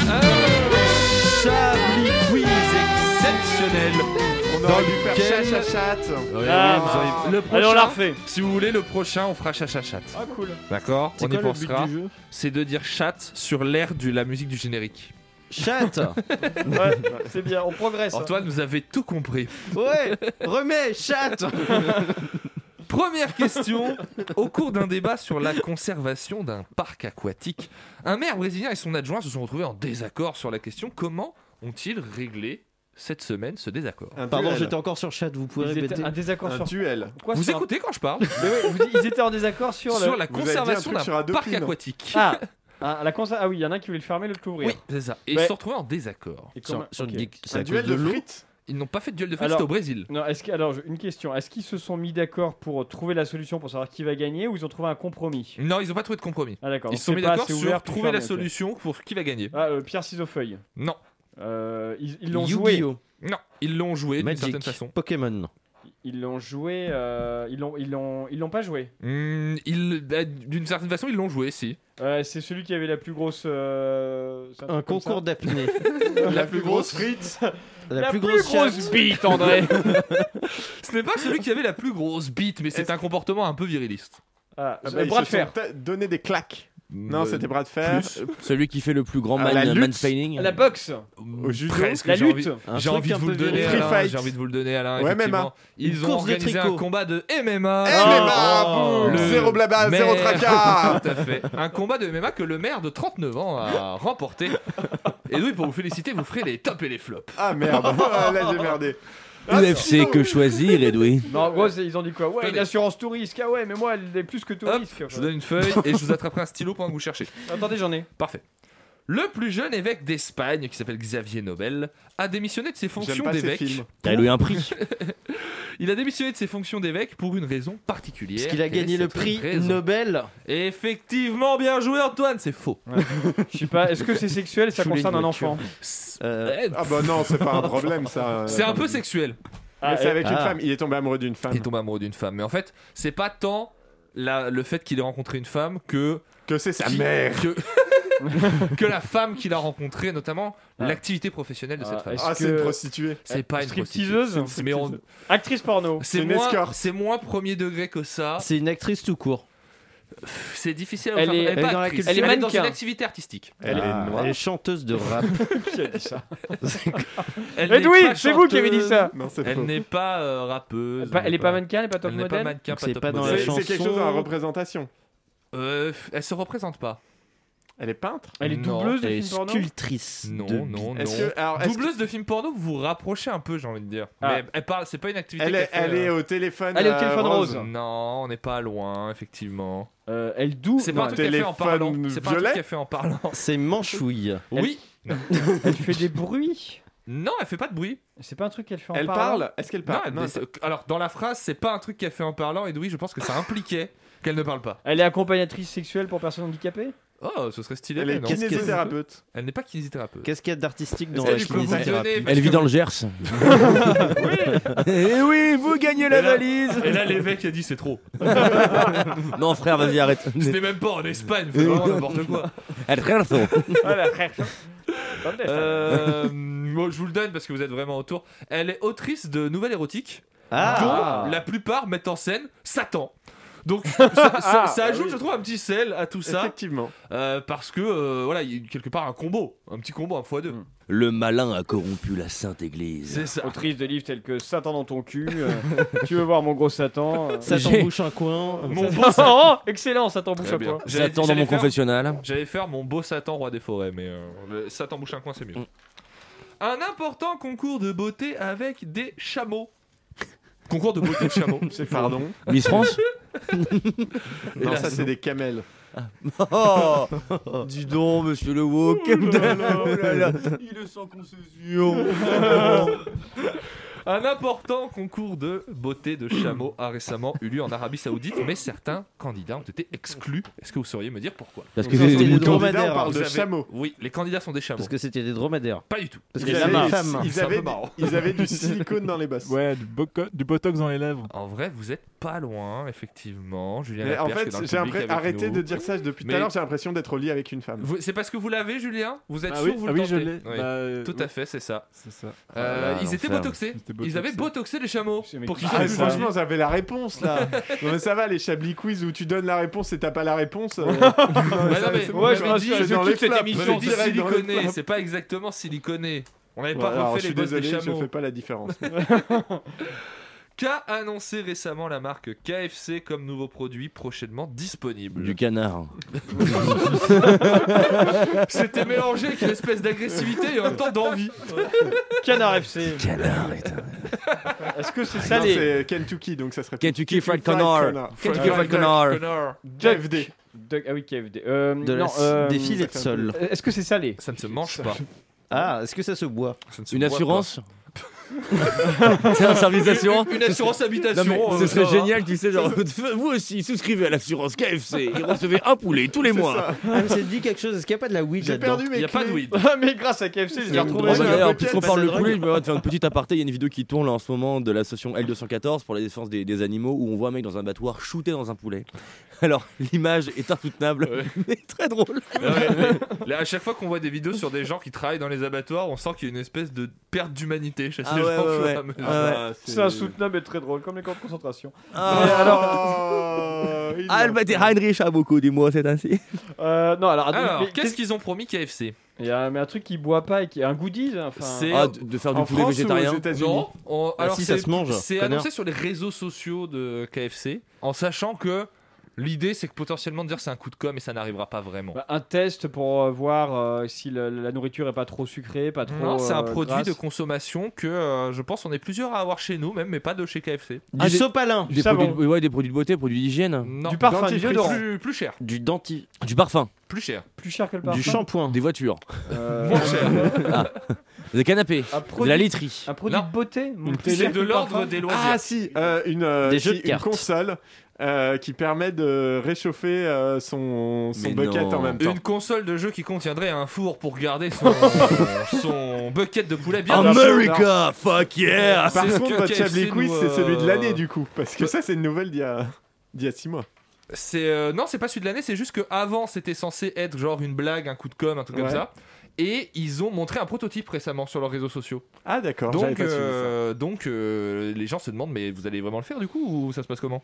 Ah, Chablis quiz exceptionnel.
On aurait dû faire
lequel-
chat, chat, chat.
Oui,
Ah,
vous auriez-
mince.
le
Allez,
prochain,
on la refait.
Si vous voulez, le prochain, on fera chachachat.
Ah, cool.
D'accord
C'est
On y
quoi le but
pensera.
du jeu
C'est de dire chat sur l'air de la musique du générique.
Chat
Ouais, c'est bien, on progresse. hein.
Antoine, vous avez tout compris.
Ouais Remets, chat
Première question. Au cours d'un débat sur la conservation d'un parc aquatique, un maire brésilien et son adjoint se sont retrouvés en désaccord sur la question comment ont-ils réglé cette semaine ce désaccord
Pardon, j'étais encore sur chat, vous pouvez
Ils étaient
répéter.
un désaccord Un sur- duel. Quoi,
Vous
sur un-
écoutez quand je parle
Mais ouais, vous- ils étaient en désaccord sur, le-
Sur la Vous avez dit un conservation truc d'un sur Adopi, parc non aquatique.
Ah, ah, la conser- ah oui, il y en a un qui voulait le fermer, l'autre l'ouvrir.
Oui, c'est ça. Et ils
Ouais.
se sont retrouvés en désaccord.
Et comment- Sur- sur ok. des- c'est
Un
à
duel
cause de
de
l'eau
frites
Ah,
Ils n'ont pas fait de duel de frites,
Alors-
c'était au Brésil.
Non, est-ce que- alors, j'ai une question. Est-ce qu'ils se sont mis d'accord pour trouver la solution pour savoir qui va gagner ou ils ont trouvé un compromis
Non, ils n'ont pas trouvé de compromis.
Ah, d'accord.
Ils
Donc,
se sont
c'est
mis
pas
d'accord
assez ouvert
sur
pour
trouver la
fermer, ok.
solution pour qui va gagner.
Ah, euh, Pierre Ciseaux-Feuille.
Non.
Euh, ils ils l'ont joué.
hein,
Non, ils l'ont joué d'une
Magic.
certaine façon.
Pokémon. non.
Ils l'ont joué. euh, ils l'ont, ils l'ont, ils l'ont pas joué.
Hmm, ils- bah, d'une certaine façon, ils l'ont joué, si.
Euh, c'est celui qui avait la plus grosse. euh, c'est
Un
truc comme
concours
ça
d'apnée.
La plus grosse
frite.
La,
La
plus
plus
grosse,
grosse
chatte.
bite, André.
Ce n'est pas celui qui avait la plus grosse bite, mais c'est un comportement un peu viriliste.
Ah,
bah,
Ils
euh, bras
bah,
de
se
fer.
sont ta- Donner des claques. Non,
Euh,
c'était bras de fer.
plus.
Euh,
Celui qui fait le plus grand
Ah,
man,
la lutte.
mansplaining.
La boxe.
Au judo.
Presque,
La
j'ai
lutte.
envie-
Un
J'ai
truc
envie, de
un
vous
peu
le donner,
viril. Free
Alain.
fight.
J'ai envie de vous le donner, Alain.
Ouais,
effectivement.
MMA.
Ils
Une
ont
course de
organisé un
tricot.
combat de MMA.
Oh. MMA, Eh ben, boum,
Le
zéro blabla, zéro
maire-
tracas.
Oh, Tout à fait. Un combat de MMA que le maire de 39 ans a remporté. Et oui, pour vous féliciter, vous ferez les tops et les flops.
Ah merde, Ah, là j'ai merdé.
Ah,
UFC, Ah, que choisir, Edoui
Non, en gros, c'est- ils ont dit quoi Ouais,
Attendez.
une assurance tout risque. Ah ouais, mais moi, elle est plus que tout
Hop,
risque.
je vous donne une feuille et je vous attraperai un stylo pendant que vous cherchez.
Attendez, j'en ai.
Parfait. Le plus jeune évêque d'Espagne, qui s'appelle Xavier Nobel, a démissionné de ses fonctions
pas ces
d'évêque.
films.
T'as lui un prix.
Il a démissionné de ses fonctions d'évêque pour une raison particulière.
Parce qu'il a
Quelle est
gagné le
cette
prix
raison
Nobel.
Effectivement, bien joué Antoine, c'est faux.
Je sais pas, est-ce que c'est sexuel et ça
Je voulais
concerne
une
un
voiture.
enfant
Euh,
Eh,
Ah bah non, c'est pas un problème ça.
C'est un peu sexuel.
Mais c'est
eh,
avec une
ah.
femme, il est tombé amoureux d'une femme.
Il tombe amoureux d'une femme. Mais en fait, c'est pas tant la- le fait qu'il ait rencontré une femme que.
Que c'est sa
qui-
mère.
Que, que la femme qu'il a rencontrée, notamment l'activité professionnelle de
Ah,
cette femme.
est-ce
Ah, c'est une
que-
prostituée.
C'est pas une prostituée.
Stripteaseuse hein.
Mais on-
Actrice porno.
C'est
C'est une
moins,
escorte.
c'est moins premier degré que ça.
C'est une actrice tout court.
C'est difficile à
Elle
faire-
est-
pas
elle est dans la
actrice.
culture.
Elle est dans
mannequin.
une activité artistique.
Elle
Ah,
est noire.
elle est chanteuse de rap.
Qui a dit ça
Elle n'est
Edoui,
pas
c'est vous qui avez dit
chanteuse,
ça
Non, c'est
Elle
faux.
n'est pas euh, rappeuse.
Pas- Elle est pas mannequin, elle est pas top
Elle n'est
modèle.
pas mannequin,
Donc c'est
top
pas dans la
modèle.
C'est c'est quelque chose dans la
chanson.
représentation.
Euh, f- elle se représente pas.
Elle est peintre
Elle est
Non,
doubleuse de
Elle est
film porno.
sculptrice.
Non,
de bi-
non, non.
Est-ce que. alors, est-ce que-
Doubleuse de films porno, vous vous rapprochez un peu, j'ai envie de dire.
Ah.
Mais elle parle, c'est pas une activité.
Elle est,
qu'elle fait,
elle est
euh,
au téléphone.
Elle est au
euh,
téléphone rose.
Non, on n'est pas loin, effectivement.
Euh, Elle double.
C'est pas un
non,
truc qu'elle fait en
téléphone
parlant. C'est pas un truc
violet
qu'elle fait en parlant.
C'est manchouille.
Oui.
elle- Elle fait des bruits.
Non, elle fait pas de bruit.
C'est pas un truc qu'elle fait en
Elle
parlant.
parle Est-ce qu'elle
Non,
parle
elle- mais c'est- alors dans la phrase, c'est pas un truc qu'elle fait en parlant. Et oui, je pense que ça impliquait qu'elle ne parle pas.
Elle est accompagnatrice sexuelle pour personnes handicapées
Oh, ce serait stylé.
Elle
mais
est
non.
kinésithérapeute.
Elle n'est pas kinésithérapeute.
Qu'est-ce qu'il y a d'artistique dans
Est-ce
la
que je peux vous
kinésithérapie
donner-
Elle vit dans le Gers. Eh oui, vous gagnez la
Et là-
valise
Et là, l'évêque a dit c'est trop.
Non, frère, vas-y, arrête.
Ce n'est même pas en Espagne, faites vraiment n'importe quoi.
El Gerso.
Voilà, frère. Attendez, ça.
Euh, moi, je vous le donne parce que vous êtes vraiment autour. Elle est autrice de nouvelles érotiques,
Ah
dont la plupart mettent en scène Satan. Donc ça, ça-
Ah,
ça
bah
ajoute,
oui.
je trouve, un petit sel à tout ça.
Effectivement.
Euh, parce que euh, voilà, il y a quelque part un combo, un petit combo, un x2.
Mm.
Le malin a corrompu la Sainte Église.
C'est ça.
Autrice de livres tels que Satan dans ton cul, euh, tu veux voir mon gros Satan. euh,
Ça t'embouche un coin.
Mon
Ça-
beau Satan. Oh, excellent, Satan bouche un coin.
J'allais-
Satan dans
j'allais
mon
faire-
confessionnal.
J'allais faire mon beau Satan roi des forêts, mais euh,
Mm.
le Satan bouche un coin, c'est mieux.
Mm.
Un important concours de beauté avec des chameaux. Concours de beauté de chameaux.
C'est pardon.
Miss France
Non, ça, c'est des camels.
Oh Dis donc, monsieur le woke
oh Il est sans concession. Un important concours de beauté de chameau a récemment eu lieu en Arabie Saoudite, mais certains candidats ont été exclus. Est-ce que vous sauriez me dire pourquoi
Parce que c'était des dromadaires.
On parle Ah, de
Vous avez-
chameaux.
Oui, les candidats sont des chameaux.
Parce que c'était des dromadaires.
Pas du tout.
Parce
Ils
que la
avaient-
femme.
Ils
C'est un peu
avaient, du-
marrant.
ils avaient du silicone dans les bosses.
Ah,
Ouais, du, boco- du botox dans les lèvres.
En vrai, vous êtes pas loin, effectivement. Julien
Mais en
Lepers, qui est
fait,
dans le
j'ai
public
impre-
avec
arrêtez
nous.
de dire ça depuis
Mais-
tout à l'heure. J'ai l'impression d'être au lit avec une femme.
Vous- C'est parce que vous l'avez, Julien Vous êtes
Ah
sûr
oui,
vous
ah
le
oui, je
tentez
l'ai. Bah, euh,
Tout à fait, c'est ça.
Ah
Euh,
là,
ils étaient
l'enfer.
botoxés.
Ils étaient
Ils avaient botoxé les chameaux. Pour qu'ils
Ah,
soient
franchement, vous avez la réponse là. non, mais ça va, les Chablis quiz où tu donnes la réponse et t'as pas la réponse. euh, non, mais ça, c'est bon,
ouais,
c'est
je me dis,
dans les flaps.
Je me dis
Direct dans les
siliconé,
flaps.
c'est pas exactement siliconé. On n'avait
Voilà,
pas
alors, je
refait les
suis
bosses des
désolé, je
chameaux.
fais pas la différence.
Qu'a annoncé récemment la marque KFC comme nouveau produit prochainement disponible
Du canard.
C'était mélangé avec une espèce d'agressivité et en même temps d'envie.
Canard FC.
Canard,
Est-ce que c'est
Non,
salé
c'est Kentucky, donc ça serait
Kentucky Fried Connor. Kentucky Fried Connor.
KFD.
Duck- Ah oui, KFD. Euh,
De la-
non, euh,
des filets de sol.
Est-ce que c'est salé
Ça ne se mange pas.
Ah, est-ce que ça se boit
Ça ne se
Une
boit pas.
assurance C'est un service d'assurance
Une assurance habitation.
Non, mais
euh,
ce serait
ça va.
génial, tu sais, genre, vous aussi souscrivez à l'assurance KFC et recevez un poulet tous les mois.
Ah, mais ça te dit quelque chose. Est-ce qu'il n'y a pas de la weed
J'ai
là-dedans
perdu
Il
mes
n'y a pas de
clés.
weed.
Ah, mais grâce à KFC, je l'ai retrouvé.
Bon, bah, D'ailleurs, puisqu'on
bah,
parle
ça
de poulet, je me
drogue.
permets de faire une petite aparté. Il y a une vidéo qui tourne là, en ce moment de l'association L214 pour la défense des, des animaux où on voit un mec dans un battoir shooter dans un poulet. Alors, l'image est insoutenable, mais très drôle.
Ouais, mais là, à chaque fois qu'on voit des vidéos sur des gens qui travaillent dans les abattoirs, on sent qu'il y a une espèce de perte d'humanité chez ces
Ah ouais,
gens. au
ouais,
fur et
ouais.
à mesure.
Ah ouais.
C'est insoutenable et très drôle, comme les camps de concentration.
Ah.
Mais alors,
Oh,
Ah,
il-
Albert Heinrich a beaucoup, dis-moi, c'est ainsi.
euh, non,
Ah,
alors,
Alors,
mais
qu'est-ce qu'ils ont promis KFC
Il y a un, mais un truc qui boit pas et qui est un goodies. hein, Enfin,
C'est-
Ah, de, de faire du
En
poulet
France ou aux
végétarien.
États-Unis
Non, on-
Ah
alors
si, ça
c'est-
se mange,
C'est
connard.
annoncé sur les réseaux sociaux de KFC, en sachant que l'idée c'est que potentiellement de dire c'est un coup de com et ça n'arrivera pas vraiment.
bah, un test pour euh, voir euh, si le- la nourriture est pas trop sucrée, pas trop.
non, c'est un
euh,
produit
grasse.
de consommation que euh, je pense on est plusieurs à avoir chez nous, même mais pas de chez KFC.
Du sopalin.
du
Des
savon.
produits, de- ouais, des produits de beauté, produits d'hygiène.
Non,
Du parfum, du
dentifrice.
déodorant.
plus, plus cher,
Du denti.
Du parfum,
plus cher.
Plus cher que le parfum.
Du shampoing.
des voitures,
Euh,
Moins cher.
des canapés,
un
de la
produit,
literie.
un produit
Non.
de beauté. mon
Une
plus
télé
C'est
cher que
de
le
l'ordre
parfum.
des
Ah
loisirs.
si, euh, une, euh,
Des
si,
jeux de
une
cartes.
console euh, qui permet de réchauffer euh, son, son
Mais
bucket
non.
en même temps.
Une console de jeu qui contiendrait un four pour garder son, euh, son bucket de poulet bien rempli.
America, fuck yeah!
Ah, c'est
Par
ce
contre,
que
votre
KFC
Chablis
nous,
Quiz, c'est
euh,
celui de l'année du coup, parce que ça, c'est une nouvelle d'il y a, d'il y a six mois.
C'est euh, non, c'est pas celui de l'année, c'est juste que avant c'était censé être genre une blague, un coup de com, un truc
Ouais.
comme ça. Et ils ont montré un prototype récemment sur leurs réseaux sociaux.
Ah d'accord, j'avais
donc,
pas suivi ça.
euh, donc euh, les gens se demandent mais vous allez vraiment le faire du coup ou ça se passe comment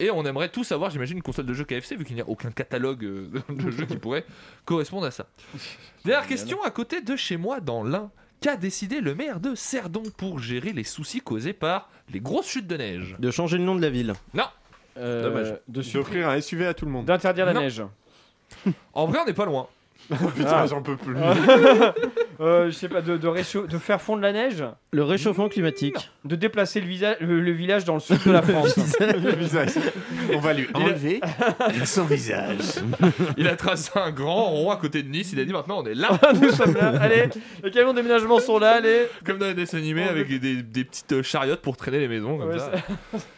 Et on aimerait tous savoir, j'imagine, une console de jeux KFC vu qu'il n'y a aucun catalogue euh, de jeux qui pourrait correspondre à ça. Dernière question à côté de chez moi dans l'Ain. Qu'a décidé le maire de Cerdon pour gérer les soucis causés par les grosses chutes de neige
De changer le nom de la ville.
Euh,
Dommage.
de sucre-
D'offrir un SUV à tout le monde.
D'interdire la
Non.
neige.
En vrai, on n'est pas loin.
Ah.
Putain, j'en peux plus.
Euh, je sais pas, de, de, réchau- de faire fondre la neige,
Le réchauffement climatique.
de déplacer le, visa- le- le village dans le sud de la France.
Le visage. On va lui enlever son visage.
Il a tracé un grand rond à côté de Nice. Il a dit maintenant on est là,
Nous sommes là. Allez, les camions de déménagement sont là. Allez.
comme dans les dessins animés, avec des, des petites euh, chariotes pour traîner les maisons. Comme
Ouais,
ça.
c'est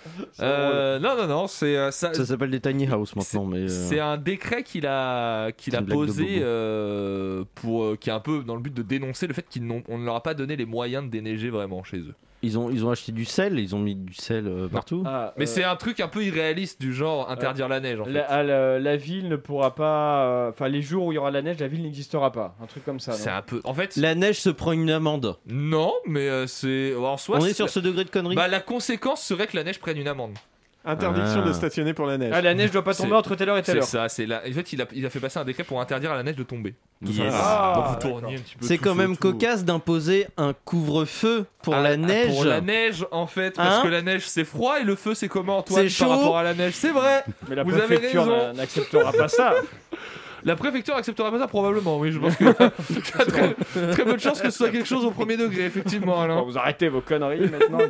Euh, non, non, non, c'est euh, ça-
Ça s'appelle des tiny house maintenant, mais. euh,
c'est un décret qu'il a, qu'il
C'est
a
une blague de
posé
bobo.
euh, pour, euh, qui est un peu dans le but de dénoncer le fait qu'on ne leur a pas donné les moyens de déneiger vraiment chez eux.
Ils ont, ils ont acheté du sel, ils ont mis du sel euh, partout.
Ah,
Mais
euh,
c'est un truc un peu irréaliste du genre interdire la neige en fait.
La, ah, la- la ville ne pourra pas. euh, Enfin, les jours où il y aura de la neige, la ville n'existera pas. Un truc comme ça.
C'est
non
un peu. En fait,
La neige se prend une amende.
non, mais euh, c'est. En soi,
On est
c'est-
sur ce degré de connerie.
bah, la conséquence serait que la neige prenne une amende.
Interdiction
Ah.
de stationner pour la neige.
Ah, la neige doit pas tomber entre telle heure et telle heure.
C'est ça, c'est là. En fait, il a, il a fait passer un décret pour interdire à la neige de tomber. Tout
Yes.
simplement.
Ah,
Donc, vous tourniez un petit peu
C'est
tout
quand
feu,
même
tout-
cocasse d'imposer un couvre-feu pour
Ah,
la
ah,
neige.
Pour la neige, en fait, parce
Hein
que la neige c'est froid et le feu c'est comment, Antoine,
C'est
par
chaud.
rapport à la neige C'est vrai
Mais la
Vous avez
préfecture
raison.
n'a- n'acceptera pas ça.
La préfecture acceptera pas ça probablement, oui, je pense que y a très, très peu de chances que ce soit quelque chose au premier degré, effectivement, Alain.
Ah
Bon, vous arrêtez vos conneries maintenant.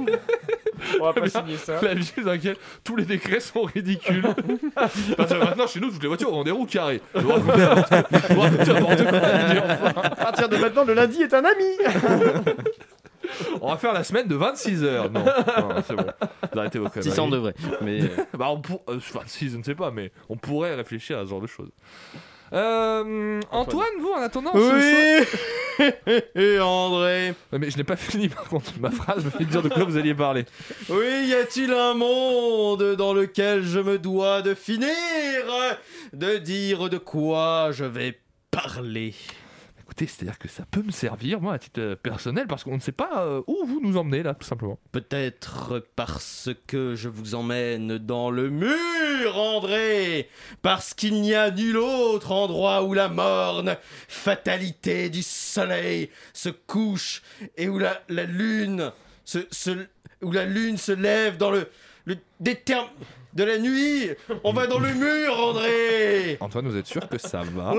On va pas signer ça.
La vie dans laquelle tous les décrets sont ridicules. Parce que maintenant, chez nous, toutes les voitures ont des roues carrées. Je vous raconte n'importe quoi, je vous raconte n'importe quoi, je dis, enfin.
À partir de maintenant, le lundi est un ami.
On va faire la semaine de 26 heures. Non, non c'est bon. Vous arrêtez vos conneries.
600 degrés, mais-
bah, on pour... euh, enfin, si, je ne sais pas, mais on pourrait réfléchir à ce genre de choses. Euh, Antoine, vous, en attendant,
Oui.
Et André Mais je n'ai pas fini, par contre, ma phrase me fait dire de quoi vous alliez parler.
Oui, y a-t-il un monde dans lequel je me dois de finir De dire de quoi je vais parler
Écoutez, c'est-à-dire que ça peut me servir, moi, à titre euh, personnel, parce qu'on ne sait pas euh, où vous nous emmenez, là, tout simplement.
Peut-être parce que je vous emmène dans le mur, André Parce qu'il n'y a nul autre endroit où la morne fatalité du soleil se couche et où la, la lune se, se- où la lune se lève dans le, le déterme de la nuit On va dans le mur, André
Antoine, vous êtes sûr que ça va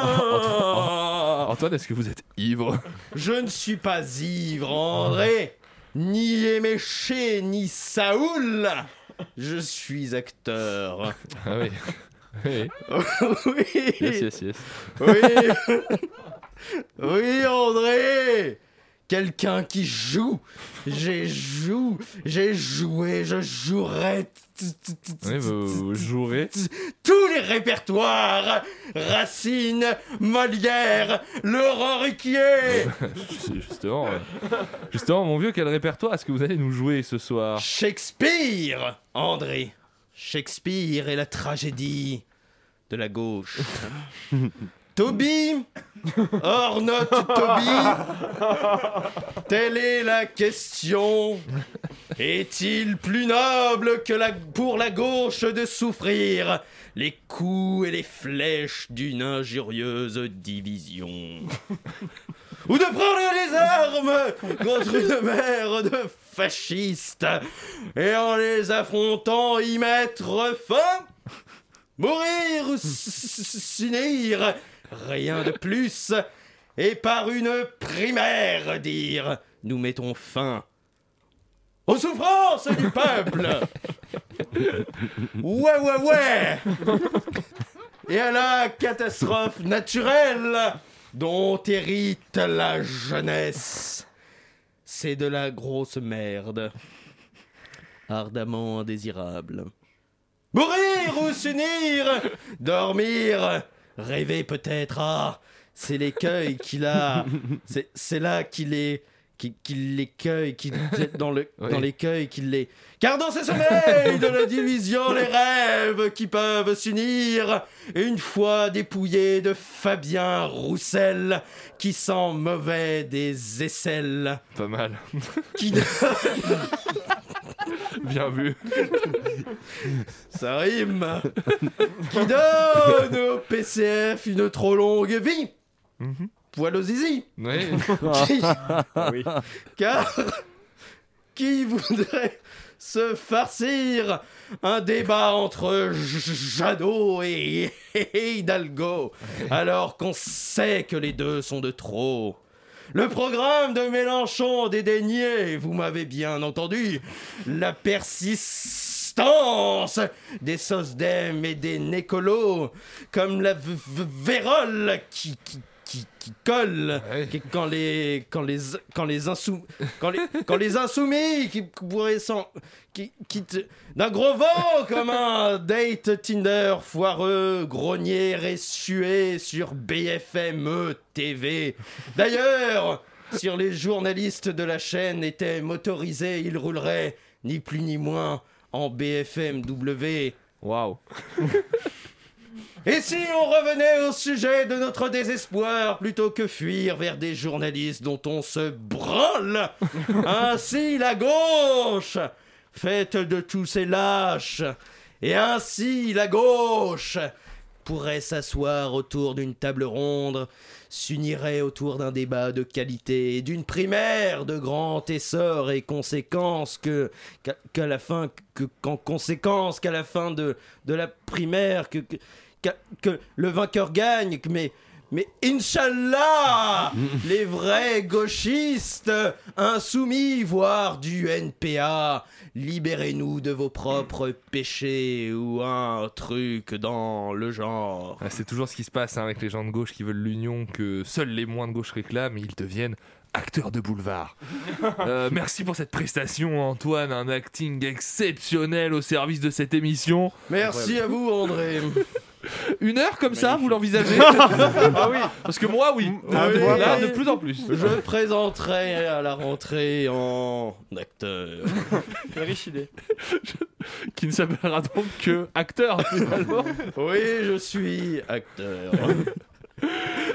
Ah, Antoine, est-ce que vous êtes ivre
Ah. Je ne suis pas ivre, André, ni éméché, ni Saoul. Je suis acteur.
Ah oui. Oui.
oui.
Yes, yes, yes.
Oui. oui, André. Quelqu'un qui joue. J'ai joué, j'ai joué, je jouerai
Oui, vous, vous jouerez.
tous les répertoires. Racine, Molière, Laurent Riquier.
justement, euh, justement, mon vieux, quel répertoire est-ce que vous allez nous jouer ce soir
Shakespeare, André. Shakespeare et la tragédie de la gauche. Toby Or note Toby Telle est la question. Est-il plus noble que la, pour la gauche de souffrir les coups et les flèches d'une injurieuse division Ou de prendre les armes contre une mer de fascistes et en les affrontant y mettre fin Mourir ou s- s'unir, rien de plus. Et par une primaire dire, nous mettons fin aux souffrances du peuple. Ouais, ouais, ouais. Et à la catastrophe naturelle dont hérite la jeunesse. C'est de la grosse merde. Ardemment indésirable. Mourir ou s'unir Dormir Rêver peut-être Ah C'est l'écueil qu'il a C'est- C'est là qu'il est qu'il qu'il l'écueil, qu'il dans le dans l'écueil, qu'il les car dans ce sommeil de la division les rêves qui peuvent s'unir et une fois dépouillé de Fabien Roussel qui sent mauvais des aisselles
Pas mal.
qui
Bien vu.
Ça rime. qui donne au PCF une trop longue vie.
Mhm.
Poil aux zizi.
Oui.
Qui- Ah Car qui voudrait se farcir un débat entre J- Jadot et Hidalgo alors qu'on sait que les deux sont de trop le programme de Mélenchon dédaigné, vous m'avez bien entendu. La persistance des SOSDEM et des Nécolos, comme la v- v- vérole qui, qui, qui, qui colle qui- quand, les, quand, les, quand, les insou- quand, les, quand les insoumis qui pourraient s'en. qui quittent d'un gros vent comme un date Tinder foireux, grogner et suer sur BFME TV. E D'ailleurs, sur les journalistes de la chaîne étaient motorisés, ils rouleraient ni plus ni moins en BFMW.
Waouh!
Et si on revenait au sujet de notre désespoir plutôt que fuir vers des journalistes dont on se branle Ainsi la gauche faite de tous ces lâches Et ainsi la gauche pourrait s'asseoir autour d'une table ronde, s'unirait autour d'un débat de qualité et d'une primaire de grand essor et conséquence que qu'à qu'à la fin que qu'en conséquence qu'à la fin de de la primaire que que, qu'à- que le vainqueur gagne que- mais mais Inch'Allah Les vrais gauchistes, insoumis, voire du NPA, libérez-nous de vos propres péchés ou un truc dans le genre.
Ah, C'est toujours ce qui se passe hein, avec les gens de gauche qui veulent l'union que seuls les moins de gauche réclament, ils deviennent acteurs de boulevard. Euh, merci pour cette prestation Antoine, un acting exceptionnel au service de cette émission.
Merci à vous André.
Une heure comme ça, vous l'envisagez
Ah
oui. Parce que moi oui.
Ah oui.
Là, de plus en plus.
Je présenterai à la rentrée en acteur.
Quelle riche idée.
qui ne s'appellera donc que acteur finalement.
Oui, je suis acteur.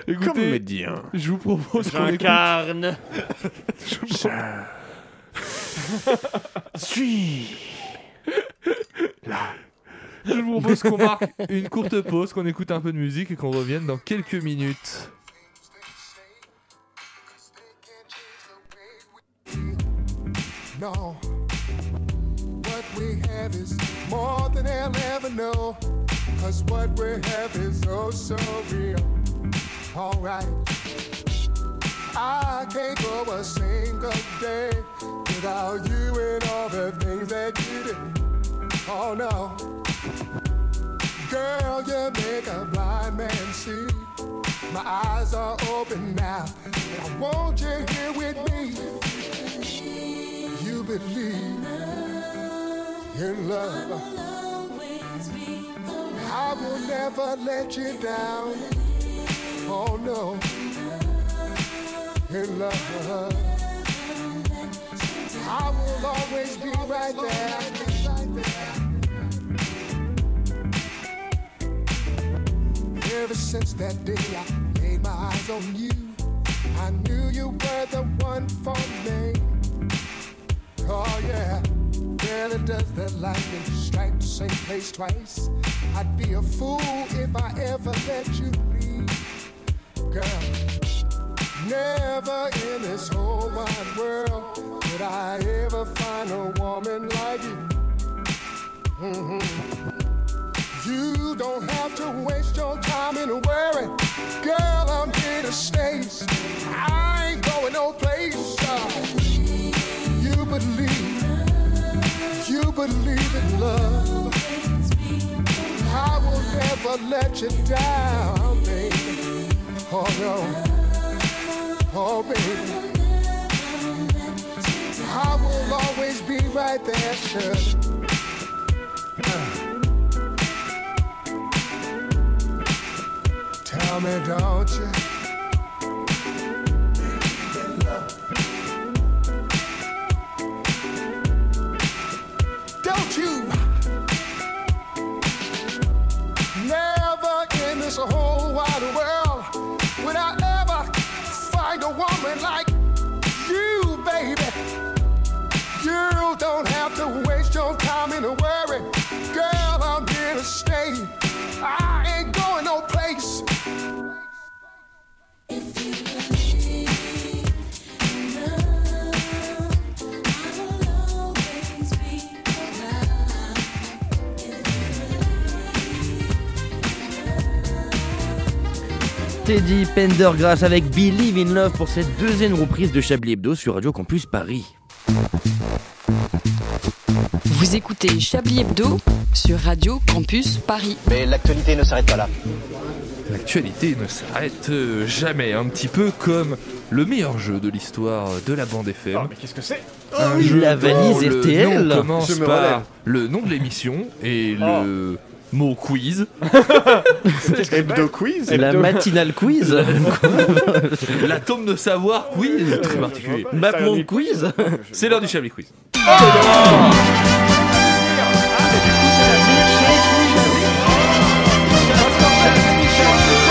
Écoutez,
Comédien.
Je vous propose qu'on écoute-
J'incarne.
Je vous propose-
Suis.
Je vous propose qu'on marque une courte pause, qu'on écoute un peu de musique et qu'on revienne dans quelques minutes.
No. What we have is more than they'll ever know. Cause what we have is oh so real. Alright. I can't go a single day without you and all the things that you do. Oh no. Girl, you make a blind man see. My eyes are open now. And I want you here with me. You believe in love. I will never let you down. Oh no. In love. I will always be right there. Ever since that day I laid my eyes on you, I knew you were the one for me. Oh yeah, barely does that lightning strike the same place twice. I'd be a fool if I ever let you leave, girl. Never in this whole wide world could I ever find a woman like you. Mhm. You don't have to waste your time in worry. Girl, I'm here to stay. I ain't going no place. uh. You believe, you believe in love. I will never let you down, baby. Oh no, oh baby. I will always be right there, sure. Tell me, don't you? Don't you? Never in this whole wide world would I ever find a woman like you, baby. You don't have to waste your time in a worry. Girl, I'm here to stay. I ain't going no place.
Teddy Pendergrass avec Believe in Love pour cette deuxième reprise de Chablis Hebdo sur Radio Campus Paris.
Vous écoutez Chablis Hebdo sur Radio Campus Paris.
Mais l'actualité ne s'arrête pas là.
L'actualité ne s'arrête euh, jamais, un petit peu comme le meilleur jeu de l'histoire de la bande FM.
Ah, mais qu'est-ce que c'est
Un jeu
Ah la
dont
valise
le
RTL.
nom commence
Je me
par
relève. Ah.
le nom de l'émission et le mot quiz.
Hebdo quiz
La matinale quiz
L'atome de savoir quiz, très particulier.
Mapmon quiz
C'est l'heure du Chablis quiz.
Ah, mais du coup, c'est la meilleure chose que j'avais.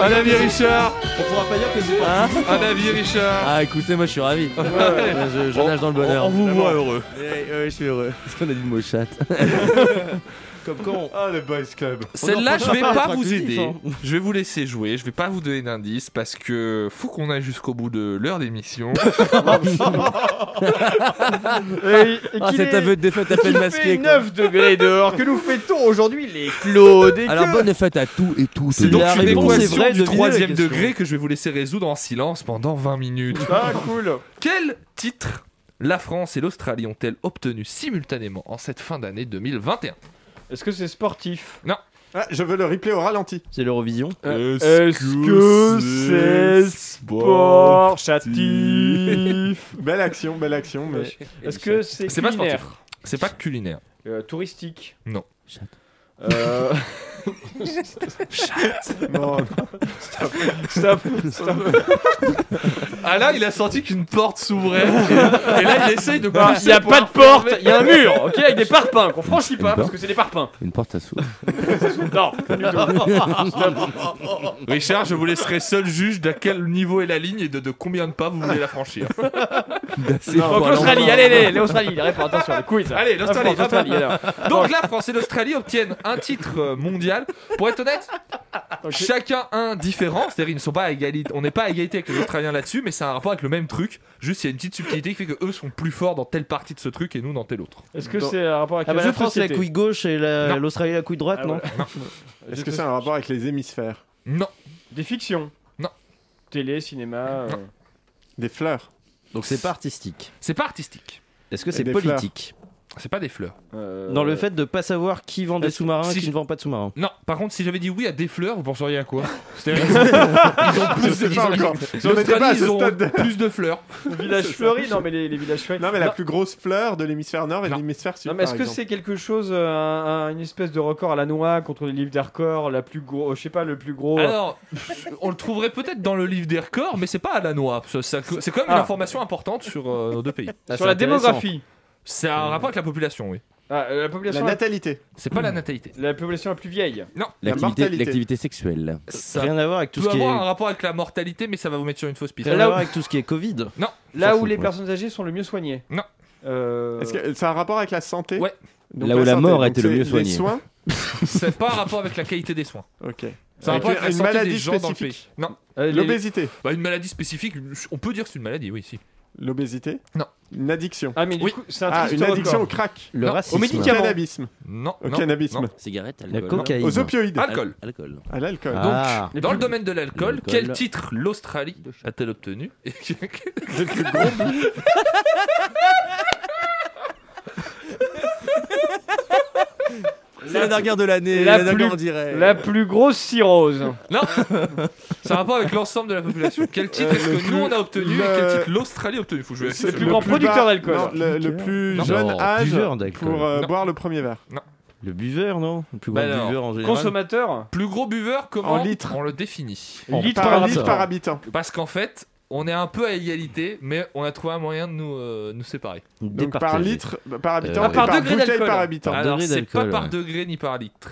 Un avis, Richard
On pourra pas dire que c'est
Hein Un avis, Richard
Ah, écoutez, moi je suis ravi.
Ouais.
Je, je nage dans le bonheur.
On- on vous
Vraiment.
voit heureux.
Ouais, ouais, je suis heureux. Est-ce qu'on a dit le mot chat
Comme quand Ah, le Boys Club.
Celle-là, je vais pas vous
Attractif,
aider.
hein.
Je vais vous laisser jouer. Je vais pas vous donner d'indice parce que faut qu'on aille jusqu'au bout de l'heure d'émission.
Ah,
cet aveu de défaite à peine masqué,
Fait
quoi.
9 degrés dehors. Que nous fait-on aujourd'hui, les Claudes et
Alors
que-
bonne fête à tout et toutes.
C'est donc
La
une
réponse est
équation
vraie,
du
devinez la
troisième
question.
degré que je vais vous laisser résoudre en silence pendant 20 minutes.
Ah, cool.
Quel titre la France et l'Australie ont-elles obtenu simultanément en cette fin d'année 2021
Est-ce que c'est sportif
Non.
Ah, je veux le replay au ralenti.
C'est l'Eurovision
Est-ce que c'est sport chatif
Belle action, belle action. Mais...
Est-ce que c'est
C'est pas sportif.
culinaire
C'est pas culinaire.
Euh, touristique
Non.
Euh... Non, non. Stop. Stop. Stop.
Ah là, il a senti qu'une porte s'ouvrait. Et, et là, il essaye de.
Ah,
pousser
Il n'y a
pour
pas
la
de porte,
fermer.
il y a un mur, ok, avec des parpaings qu'on franchit pas parce que c'est des parpaings.
Une porte à sous.
Non, pas du tout. Stop.
Richard, je vous laisserai seul juge d'à quel niveau est la ligne et de, de combien de pas vous voulez la franchir.
Donc l'Australie, allez, allez, l'Australie, il répond, attention, les quiz.
Allez,
La
l'Australie,
Ah, France, l'Australie, alors.
l'Australie. Donc la France et l'Australie obtiennent un titre euh, mondial. Pour être honnête, chacun un différent. C'est-à-dire ils ne sont pas à égalité. On n'est pas à égalité avec les Australiens là-dessus, mais c'est un rapport avec le même truc. Juste, il y a une petite subtilité qui fait que eux sont plus forts dans telle partie de ce truc et nous dans telle autre.
Est-ce que c'est un rapport avec
Ah bah,
le jeu
la
de
France, la
société
couille gauche et la-
Non.
l'Australie, la couille droite,
Ah,
non
voilà.
Est-ce que c'est un rapport avec les hémisphères
Non.
Des fictions
Non.
Télé, cinéma. euh,
Des fleurs
Donc c'est pas artistique.
C'est pas artistique.
Est-ce que
Et
c'est
des
politique
C'est pas des fleurs.
euh,
Dans le fait de pas savoir qui vend des
Est-ce-
sous-marins et
si
qui
je-
ne vend pas de sous-marins.
Non, par contre, si j'avais dit oui à des fleurs, vous penseriez à quoi C'est-à-dire, ils ont- ils ont plus de-
Je sais pas
ils ont-
encore.
ils
J'en
ont-
étais pas à ce
ils ont
stade.
plus de fleurs.
Village
C'est ça.
fleuri, non mais les, les villages fleuris.
Non, mais la plus grosse fleur de l'hémisphère nord et de l'hémisphère sud.
Non, mais est-ce
par
que
exemple.
c'est quelque chose, euh, un- un- une espèce de record à la noix contre les livres d'Arcor, la plus gros, je sais pas, le plus gros. euh,
Alors, on le trouverait peut-être dans le livre des records, mais c'est pas à la noix. Ça- ça- C'est quand même une
Ah.
information importante sur euh, nos deux
Ah,
pays.
sur la démographie.
C'est
Euh,
un rapport avec la population, oui.
Ah, euh, la population.
La natalité.
C'est
hmm.
pas la natalité.
la population la plus vieille.
Non.
L'activité,
mortalité.
l'activité sexuelle.
Ça
Rien à voir avec tout
peut
ce qui
avoir un
est.
rapport avec la mortalité, mais ça va vous mettre sur une fausse piste.
Rien à voir avec tout ce qui est Covid.
Non.
Là
Ça
où
fout,
les
ouais.
personnes âgées sont le mieux soignées.
Non.
Euh,
Est-ce que c'est un rapport avec la santé
Ouais.
Donc
Là où la
santé,
mort
donc
était le
c'est
mieux
Les
soignée.
soins
C'est pas un rapport avec la qualité des soins.
Ok.
C'est un
Avec
rapport avec la
une
santé
maladie
des gens dans le
spécifique.
pays. Non.
euh, les-
L'obésité.
Bah, une maladie spécifique, on peut dire que c'est une maladie, oui, si.
L'obésité
Non.
Une addiction.
Ah mais du
Oui.
coup, c'est un
Ah,
triste
une addiction au
record.
crack.
Le
Non, au
racisme.
Au cannabisme.
Non.
Au
non, Ah.
cannabisme.
non.
Cigarette,
La
alcool.
cocaïne.
Aux Euh, opioïdes.
Alcool.
Alcool.
À l'alcool.
Ah.
Dans le domaine de l'alcool,
L'alcool.
quel titre l'Australie a-t-elle obtenu Et que-
C'est la dernière de l'année.
La
La, dernière,
plus-
on dirait.
La plus grosse cirrhose.
Non C'est un rapport avec l'ensemble de la population. Quel titre
Euh,
est-ce
le
que
plus-
nous on a obtenu et
le-
quel titre l'Australie a obtenu Faut jouer
le plus grand producteur d'alcool.
non, Le, le plus
Non.
jeune
Non,
âge
buveur d'alcool.
pour euh,
Non.
boire le premier verre.
Le buveur, non Le plus grand
Bah alors,
buveur en général.
Consommateur.
Plus gros buveur, comment
En litres.
on le définit
En
Litre
Par,
par
litre
habitant.
par habitant.
Parce qu'en fait, on est un peu à égalité, mais on a trouvé un moyen de nous, euh, nous séparer.
Donc par
Départagé.
litre par habitant.
Ah,
et
par
degré
bouteille
d'alcool.
par habitant.
Ah,
Alors,
degré
c'est pas
d'alcool,
par
ouais.
degré ni par litre.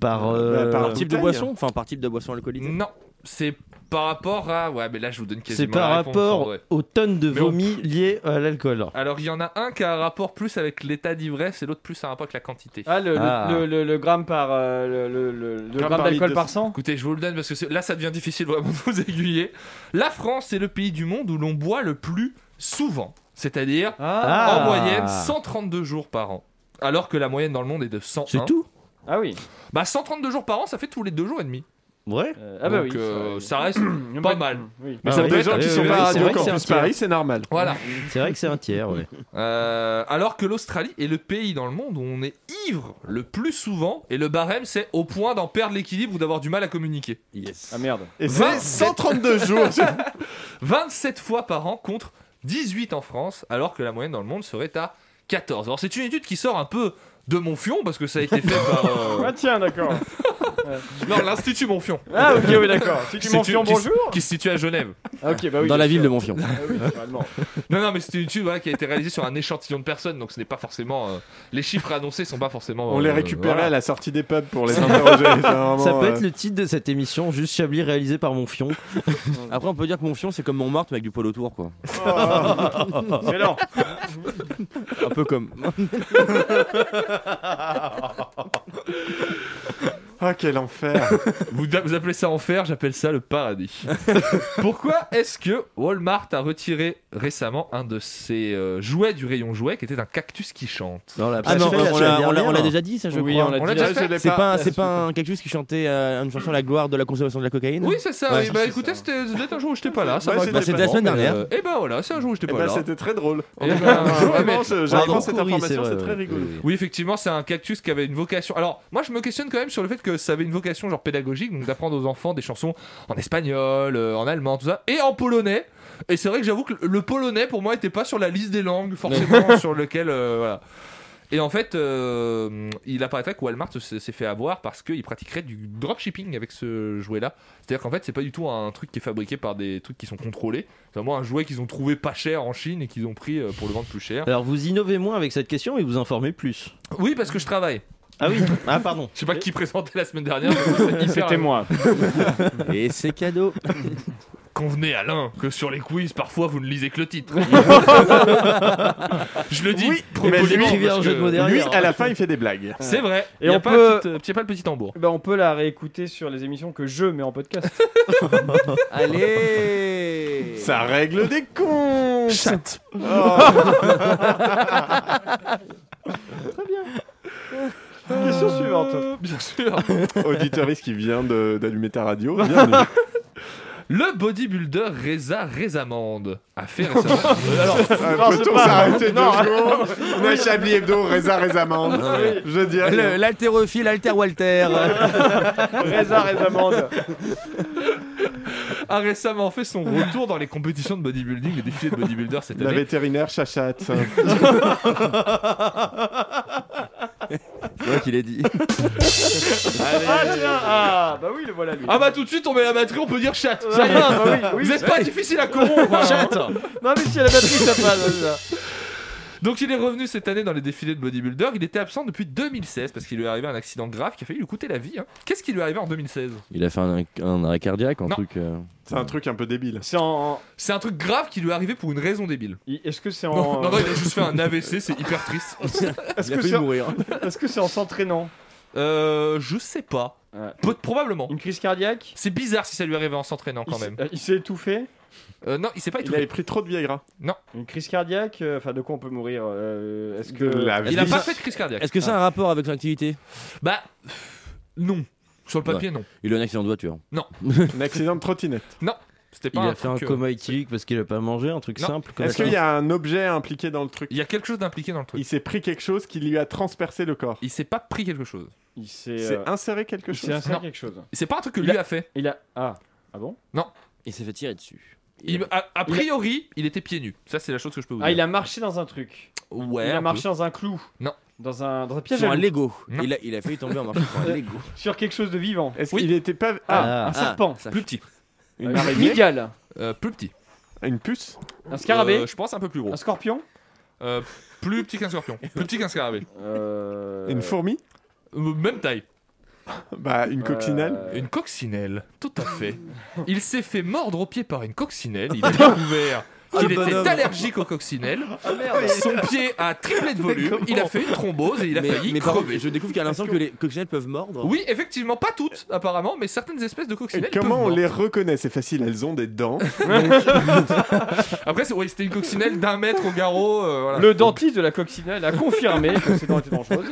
Par. euh,
Bah, par-
Par type de
Bouteille.
boisson Enfin, par type de boisson alcoolique
Non, c'est par rapport à. Ouais, mais là, je vous donne quasiment
C'est par
la réponse, en
rapport
vrai.
aux tonnes de
Mais on-
vomi liées à l'alcool.
Alors, il y en a un qui a un rapport plus avec l'état d'ivresse et l'autre plus un rapport avec la quantité.
Ah le, le-
Ah.
Le, le- le gramme par euh, le, le- le- le
Gramme
gramme
par
d'alcool
litre
par
de-
100.
Écoutez, je vous le donne parce que c'est- là, ça devient difficile vraiment de vous aiguiller. La France est le pays du monde où l'on boit le plus souvent, c'est-à-dire
Ah.
en moyenne 132 jours par an. Alors que la moyenne dans le monde est de 101.
C'est tout
Ah oui.
Bah 132 jours par an, ça fait tous les deux jours et demi.
Ouais.
Euh, ah bah
Donc,
oui.
euh,
Oui.
ça reste
Même
pas mal.
Oui.
Mais
Ah
ça
ouais.
peut
Des
être-
gens qui
oui,
sont
oui,
pas à
oui, c'est
Radio
vrai que c'est
Campus
un tiers.
Paris, c'est normal.
Voilà.
C'est vrai que c'est un tiers, ouais.
Euh, alors que l'Australie est le pays dans le monde où on est ivre le plus souvent et le barème c'est au point d'en perdre l'équilibre ou d'avoir du mal à communiquer.
Yes.
Ah merde.
Et
Vingt-
c'est 132 jours.
27 fois par an contre 18 en France, alors que la moyenne dans le monde serait à 14. Alors c'est une étude qui sort un peu de Monfion parce que ça a été fait par euh,
Ah tiens d'accord.
non, l'Institut Monfion
Ah ok oui d'accord. Si tu
C'est
m'en fions,
une- qui s-
bonjour.
qui se situe à Genève.
Ah, ok, bah oui,
dans
bien
la ville
sûr.
de Montfion.
Ah oui, normalement.
Non, non, mais c'était une étude voilà, qui a été réalisée sur un échantillon de personnes, donc ce n'est pas forcément. euh, les chiffres annoncés sont pas forcément.
On les
euh,
récupérait
voilà.
à la sortie des pubs pour les interroger. C'est vraiment,
Ça peut
euh,
être le titre de cette émission, juste Chablis réalisé par Monfion.
Après, on peut dire que Montfion, c'est comme Montmartre, mais avec du poil autour, quoi.
Excellent.
Un peu comme.
Ah, quel enfer
vous, vous appelez ça enfer, j'appelle ça le paradis. Pourquoi est-ce que Walmart a retiré récemment un de ses euh, jouets du rayon jouets qui était un cactus qui chante
Ah non, on l'a- on l'a on l'a déjà dit ça, je
Oui,
crois.
on l'a On l'a déjà déjà fait. fait.
C'est pas, un-
Je
c'est
l'ai
pas un cactus qui chantait euh, une chanson à la gloire de la consommation de la cocaïne
Oui, c'est ça.
Ouais.
oui. Bah écoutez, c'était c'était un jour où j'étais pas là. ça
Ouais,
m'a-
c'était Bah, c'était pas la bon, semaine mais, dernière.
euh, Eh ben voilà, c'est un jour où j'étais
Eh
pas
ben,
là.
c'était très drôle.
Eh ben,
Vraiment,
ouais, mais-
je- j'apprends Pardon. cette Oui, information, c'est c'est vrai, très ouais. rigolo. Oui,
Oui, effectivement, c'est un cactus qui avait une vocation. Alors, moi, je me questionne quand même sur le fait que ça avait une vocation genre pédagogique, donc d'apprendre aux enfants des chansons en espagnol, euh, en allemand, tout ça, et en polonais. Et c'est vrai que j'avoue que le polonais, pour moi, était pas sur la liste des langues forcément sur lequel euh, voilà. Et en fait, euh, il apparaîtrait que Walmart s'est s'est fait avoir parce qu'il pratiquerait du dropshipping avec ce jouet-là. C'est-à-dire qu'en fait, c'est pas du tout un truc qui est fabriqué par des trucs qui sont contrôlés. C'est vraiment un jouet qu'ils ont trouvé pas cher en Chine et qu'ils ont pris euh, pour le vendre plus cher.
Alors vous innovez moins avec cette question et vous informez plus.
Oui, parce que je travaille.
Ah oui, ah pardon.
Je sais pas qui présentait la semaine dernière. mais c'est hyper-
C'était moi. Et c'est cadeau.
Convenez Alain que sur les quiz parfois vous ne lisez que le titre. je le dis.
Oui,
très
mais
poliment,
lui,
parce que-
lui, à la fin, il fait des blagues.
C'est vrai.
Et
Y a
on
pas
peut-
le petit- euh, petit- pas le petit tambour.
Ben, on peut la réécouter sur les émissions que je mets en podcast.
Allez Ça règle des cons Chat
Très bien. Question suivante.
Bien sûr.
Auditoriste qui vient de- d'allumer ta radio, bienvenue.
Le bodybuilder Reza Rezamande a fait récemment. Alors,
Euh, Peut-on s'arrêter deux
Non.
jours On a Chablis Hebdo, Reza Rezamande.
Oui.
Je dirais.
Le-
L'haltérophile, alter Walter.
Reza Rezamande.
a récemment fait son retour dans les compétitions de bodybuilding, les défilés de bodybuilder cette
La
année.
vétérinaire Chachat.
C'est moi qui l'ai dit.
Ah tiens, ah bah oui, le voilà lui.
Ah bah tout de suite on met la batterie, on peut dire chat. Ça
Ouais,
y est.
bah oui, oui.
Vous êtes pas
Ouais.
difficile à corrompre. hein.
Chat. Non mais si à la batterie ça passe. ça.
Donc il est revenu cette année dans les défilés de bodybuilder. Il était absent depuis 2016 parce qu'il lui est arrivé un accident grave qui a failli lui coûter la vie. hein. Qu'est-ce qui lui est arrivé en 2016
Il a fait un, un arrêt cardiaque, un truc. euh,
C'est un truc un peu débile.
C'est en.
C'est un truc grave qui lui est arrivé pour une raison débile.
il- Est-ce que c'est en.
Non, non, non, il a juste fait un AVC, c'est hyper triste.
Est-ce que c'est en- Est-ce que c'est en s'entraînant
Euh, je sais pas. Peut- probablement.
Une crise cardiaque
C'est bizarre si ça lui arrivait en s'entraînant quand
Il s'est-
même.
euh, Il s'est étouffé
Euh, non, il s'est pas
Il
étouffé.
avait pris trop de Viagra.
Non.
Une crise cardiaque euh, Enfin, de quoi on peut mourir euh, Est-ce que.
la
Il a pas fait de crise cardiaque.
Est-ce que
Ah.
ça a un rapport avec son activité
Bah, non. Sur le papier,
Ouais.
non.
Il a eu un accident de voiture.
Non.
Un accident de trottinette.
Non. C'était
Il
pas un
a fait un
truc, euh,
coma éthylique parce qu'il a pas mangé, un truc
Non.
simple. Comme
Est-ce
ça.
qu'il y a un objet impliqué dans le truc
Il y a quelque chose d'impliqué dans le truc.
Il s'est pris quelque chose qui lui a transpercé le corps.
Il s'est pas pris quelque chose.
Il s'est.
Il s'est
euh,
inséré quelque
il
chose.
s'est inséré
Non.
quelque chose.
C'est pas un truc que
Il
lui a, fait.
Il a. Ah. Ah bon
Il s'est fait tirer dessus.
Il- a, a priori, il était pieds nus. Ça, c'est la chose que je peux vous
Ah, il
dire.
a marché dans un truc.
Ouais.
il
un
a
peu.
marché dans un clou.
Non.
Dans un, dans un piège
Sur
à
un
loup.
Lego.
Non.
Il a, il a failli tomber en marchant sur un Lego.
Sur quelque chose de vivant.
Est-ce
Oui.
qu'il était pas. Ah,
Ah, un
ah,
serpent.
ça-
Plus petit.
une
Euh, Une
araignée
mygale.
Euh, plus petit.
Une puce
Un scarabée.
Euh, je pense un peu plus gros.
Un scorpion.
Euh, plus petit qu'un scorpion. Plus petit qu'un scarabée.
Euh,
Une fourmi
Euh, Même taille.
Bah, une coccinelle
euh,
Une coccinelle, tout à fait. Il s'est fait mordre au pied par une coccinelle. Il a découvert qu'il était allergique aux coccinelles.
Ah merde.
Son pied a triplé de volume. Il a fait une thrombose et il a
mais,
failli
mais par-
crever.
Je découvre qu'à l'instant que les coccinelles peuvent mordre.
Oui, effectivement, pas toutes apparemment, mais certaines espèces de
Et
coccinelles.
comment
peuvent
on les
mordre.
reconnaît C'est facile, elles ont des dents.
Après, c'est- ouais, c'était une coccinelle d'un mètre au garrot. euh, voilà.
Le dentiste de la coccinelle a confirmé que ses dents étaient dangereuses.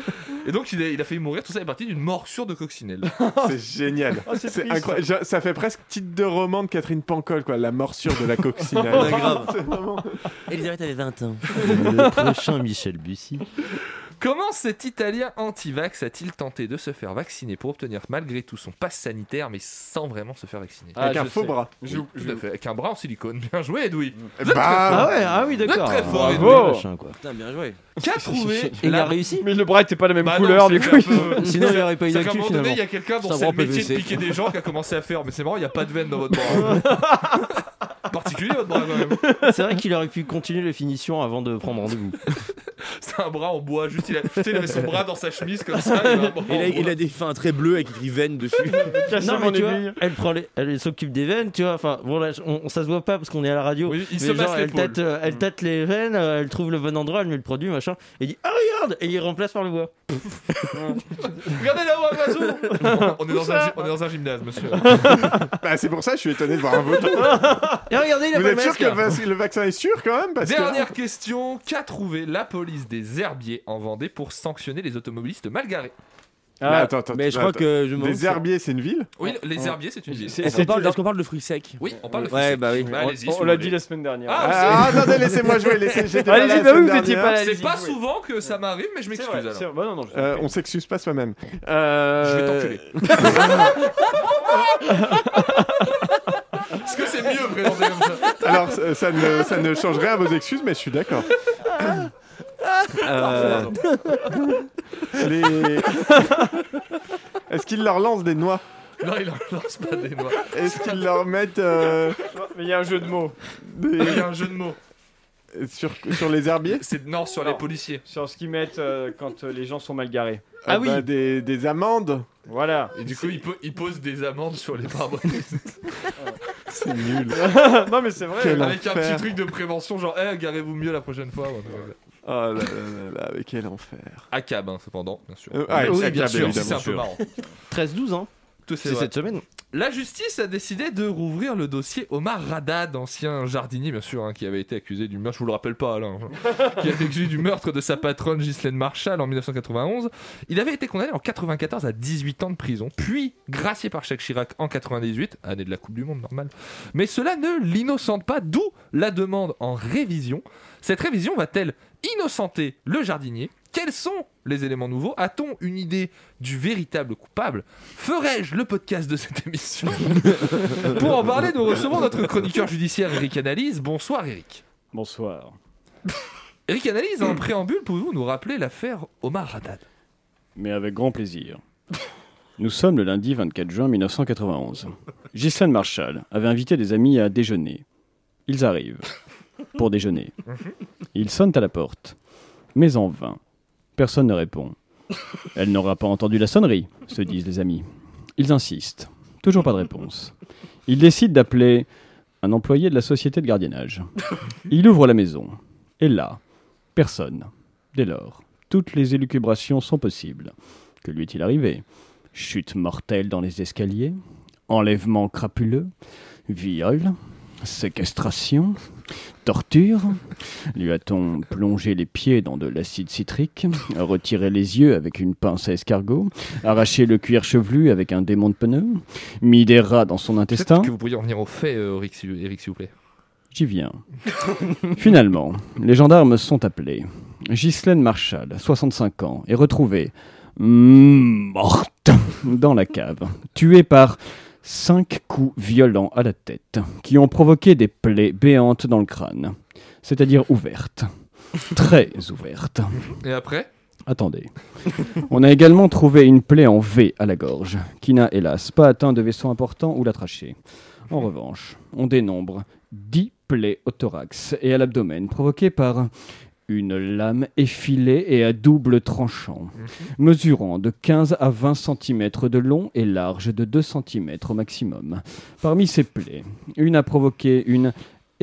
Et donc, il a, il a failli mourir. Tout ça est parti d'une morsure de coccinelle.
C'est génial.
Oh, c'est
c'est
triste.
incroyable. Je- Ça fait presque titre de roman de Catherine Pancol, quoi. La morsure de la coccinelle.
Ouais, grave.
C'est vraiment-
Elisabeth avait 20 ans.
Le prochain Michel Bussy.
Comment cet Italien anti-vax a-t-il tenté de se faire vacciner pour obtenir malgré tout son passe sanitaire, mais sans vraiment se faire vacciner
Ah,
Avec
je
un faux
sais.
bras.
Je-
Oui,
je- Mm.
tout à fait. Avec un bras en silicone. Bien joué, Edoui. Vous êtes très
Bah,
fort.
Ah ouais, ah oui,
êtes
d'accord.
très fort,
Ah,
Edo.
machin, quoi.
Putain, bien joué.
Qu'a trouvé
Et il
la-
a réussi
Mais le bras était pas la même
Bah non,
couleur,
c'est
du coup.
un
il-
peu-
Sinon, il aurait pas eu
C'est qu'à un
d'actu
moment donné,
finalement.
il y a quelqu'un dont
Ça
c'est le
rend
métier de
PVC.
piquer des gens qui a commencé à faire, mais c'est marrant, il n'y a pas de veine dans votre bras. particulier, votre bras, quand même.
C'est vrai qu'il aurait pu continuer les finitions avant de prendre rendez-vous.
C'est un bras en bois, juste il, a, putain, il avait son bras dans sa chemise comme ça. Il a, un bras en
Il a, il
bois.
a des fins très bleues avec écrit veine dessus.
non, mais tu vois, elle prend les- elle s'occupe des veines, tu vois. Enfin, bon, là, on, on- ça se voit pas parce qu'on est à la radio.
il
mais
se masse
elle
l'épaule.
tâte, euh, elle tâte les veines, euh, elle trouve le bon endroit, elle met le produit, machin, et il dit Ah, regarde Et il remplace par le bois.
Regardez là-haut un oiseau on, est dans un, gy- on est dans un gymnase, monsieur.
Bah, c'est pour ça que je suis étonné de voir un voto.
Et regardez, il a
Vous
pas
êtes
le
sûr
masque,
que le
là.
vac- le vaccin est sûr quand même parce que-
Dernière question qu'a trouvé la police des herbiers en Vendée pour sanctionner les automobilistes mal garés
Mais Ah,
Ah.
attends, attends, attends.
Euh,
Des herbiers, c'est une ville
Oui, les herbiers, c'est une ville.
Est-ce qu'on parle- est-ce qu'on
parle de fruits secs
Oui, on parle de fruits
Ouais,
secs.
bah oui. On-
allez-y,
on
si vous
l'a
voulez.
dit la semaine dernière.
Ah,
Ah,
c'est-
attendez, laissez-moi jouer,
laissez- j'étais pas là
bah
la semaine dernière.
C'est pas
Oui.
souvent que ça m'arrive, mais je m'excuse
vrai,
alors.
c'est vrai. Bah non, non, je- Euh, on s'excuse pas soi-même. Euh,
Je vais Est-ce que c'est mieux présenté comme ça
Alors, ça ça ne, ça ne change rien à vos excuses, mais je suis d'accord. Euh, les- Est-ce qu'ils leur lancent des noix
Non, il en lance pas des noix.
Est-ce qu'ils leur mettent euh,
Mais il y a un jeu de mots.
des-
Il y a un jeu de mots.
sur, sur les herbiers
C'est non sur les policiers.
Sur ce qu'ils mettent euh, quand euh, les gens sont mal garés.
Ah oui. bah, des, des amandes
Voilà.
Et du coup, il, po- il pose des amendes sur les pare-brises.
C'est nul.
non, mais c'est vrai.
Quel
Avec un
enfer.
petit truc de prévention, genre, eh, garez-vous mieux la prochaine fois. ou un truc comme ça.
Oh là là là là, mais quel enfer.
À cab, hein, cependant, bien sûr.
Euh, ah,
Mais
oui,
c'est
à
bien
Cab,
sûr,
évidemment,
si c'est un peu
sûr.
marrant.
13-12, hein
Tout
C'est cette semaine.
La justice a décidé de rouvrir le dossier Omar Radad, ancien jardinier, bien sûr, hein, qui avait été accusé du meurtre, je vous le rappelle pas, Alain, hein, qui avait été accusé du meurtre de sa patronne Ghislaine Marshall en 1991. Il avait été condamné en 94 à 18 ans de prison, puis gracié par Jacques Chirac en 98, année de la Coupe du Monde, normal. Mais cela ne l'innocente pas, d'où la demande en révision. Cette révision va-t-elle innocenter le jardinier quels sont les éléments nouveaux A-t-on une idée du véritable coupable Ferai-je le podcast de cette émission Pour en parler, nous recevons notre chroniqueur judiciaire Eric Analyse. Bonsoir Eric.
Bonsoir.
Eric Analyse, en préambule, pouvez-vous nous rappeler l'affaire Omar Haddad
mais avec grand plaisir. Nous sommes le lundi 24 juin 1991. Ghislaine Marshall avait invité des amis à déjeuner. Ils arrivent pour déjeuner. Ils sonnent à la porte, mais en vain. Personne ne répond. Elle n'aura pas entendu la sonnerie, se disent les amis. Ils insistent. Toujours pas de réponse. Ils décident d'appeler un employé de la société de gardiennage. Il ouvre la maison. Et là, personne. Dès lors, toutes les élucubrations sont possibles. Que lui est-il arrivé Chute mortelle dans les escaliers Enlèvement crapuleux Viol Séquestration Torture Lui a-t-on plongé les pieds dans de l'acide citrique Retiré les yeux avec une pince à escargot Arraché le cuir chevelu avec un démon de pneu Mis des rats dans son intestin
Que vous pourriez en venir au fait, euh, Eric, s'il Eric, s'il vous plaît.
J'y viens. Finalement, les gendarmes sont appelés. Ghislaine Marshall, 65 ans, est retrouvée mm, morte dans la cave, tuée par cinq coups violents à la tête, qui ont provoqué des plaies béantes dans le crâne, c'est-à-dire ouvertes, très ouvertes.
Et après
Attendez. On a également trouvé une plaie en V à la gorge, qui n'a hélas pas atteint de vaisseau important ou la trachée. En revanche, on dénombre 10 plaies au thorax et à l'abdomen provoquées par une lame effilée et à double tranchant, mesurant de 15 à 20 cm de long et large de 2 cm au maximum. Parmi ces plaies, une a provoqué une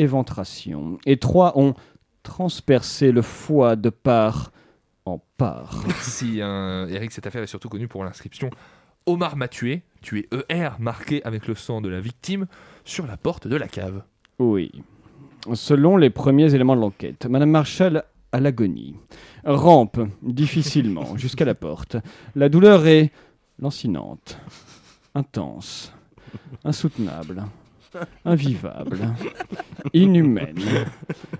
éventration et trois ont transpercé le foie de part en part.
Si, euh, Eric, cette affaire est surtout connue pour l'inscription Omar m'a tué, tué ER, marqué avec le sang de la victime sur la porte de la cave.
Oui. Selon les premiers éléments de l'enquête, Madame Marshall à l'agonie. Rampe difficilement jusqu'à la porte. La douleur est lancinante, intense, insoutenable, invivable, inhumaine.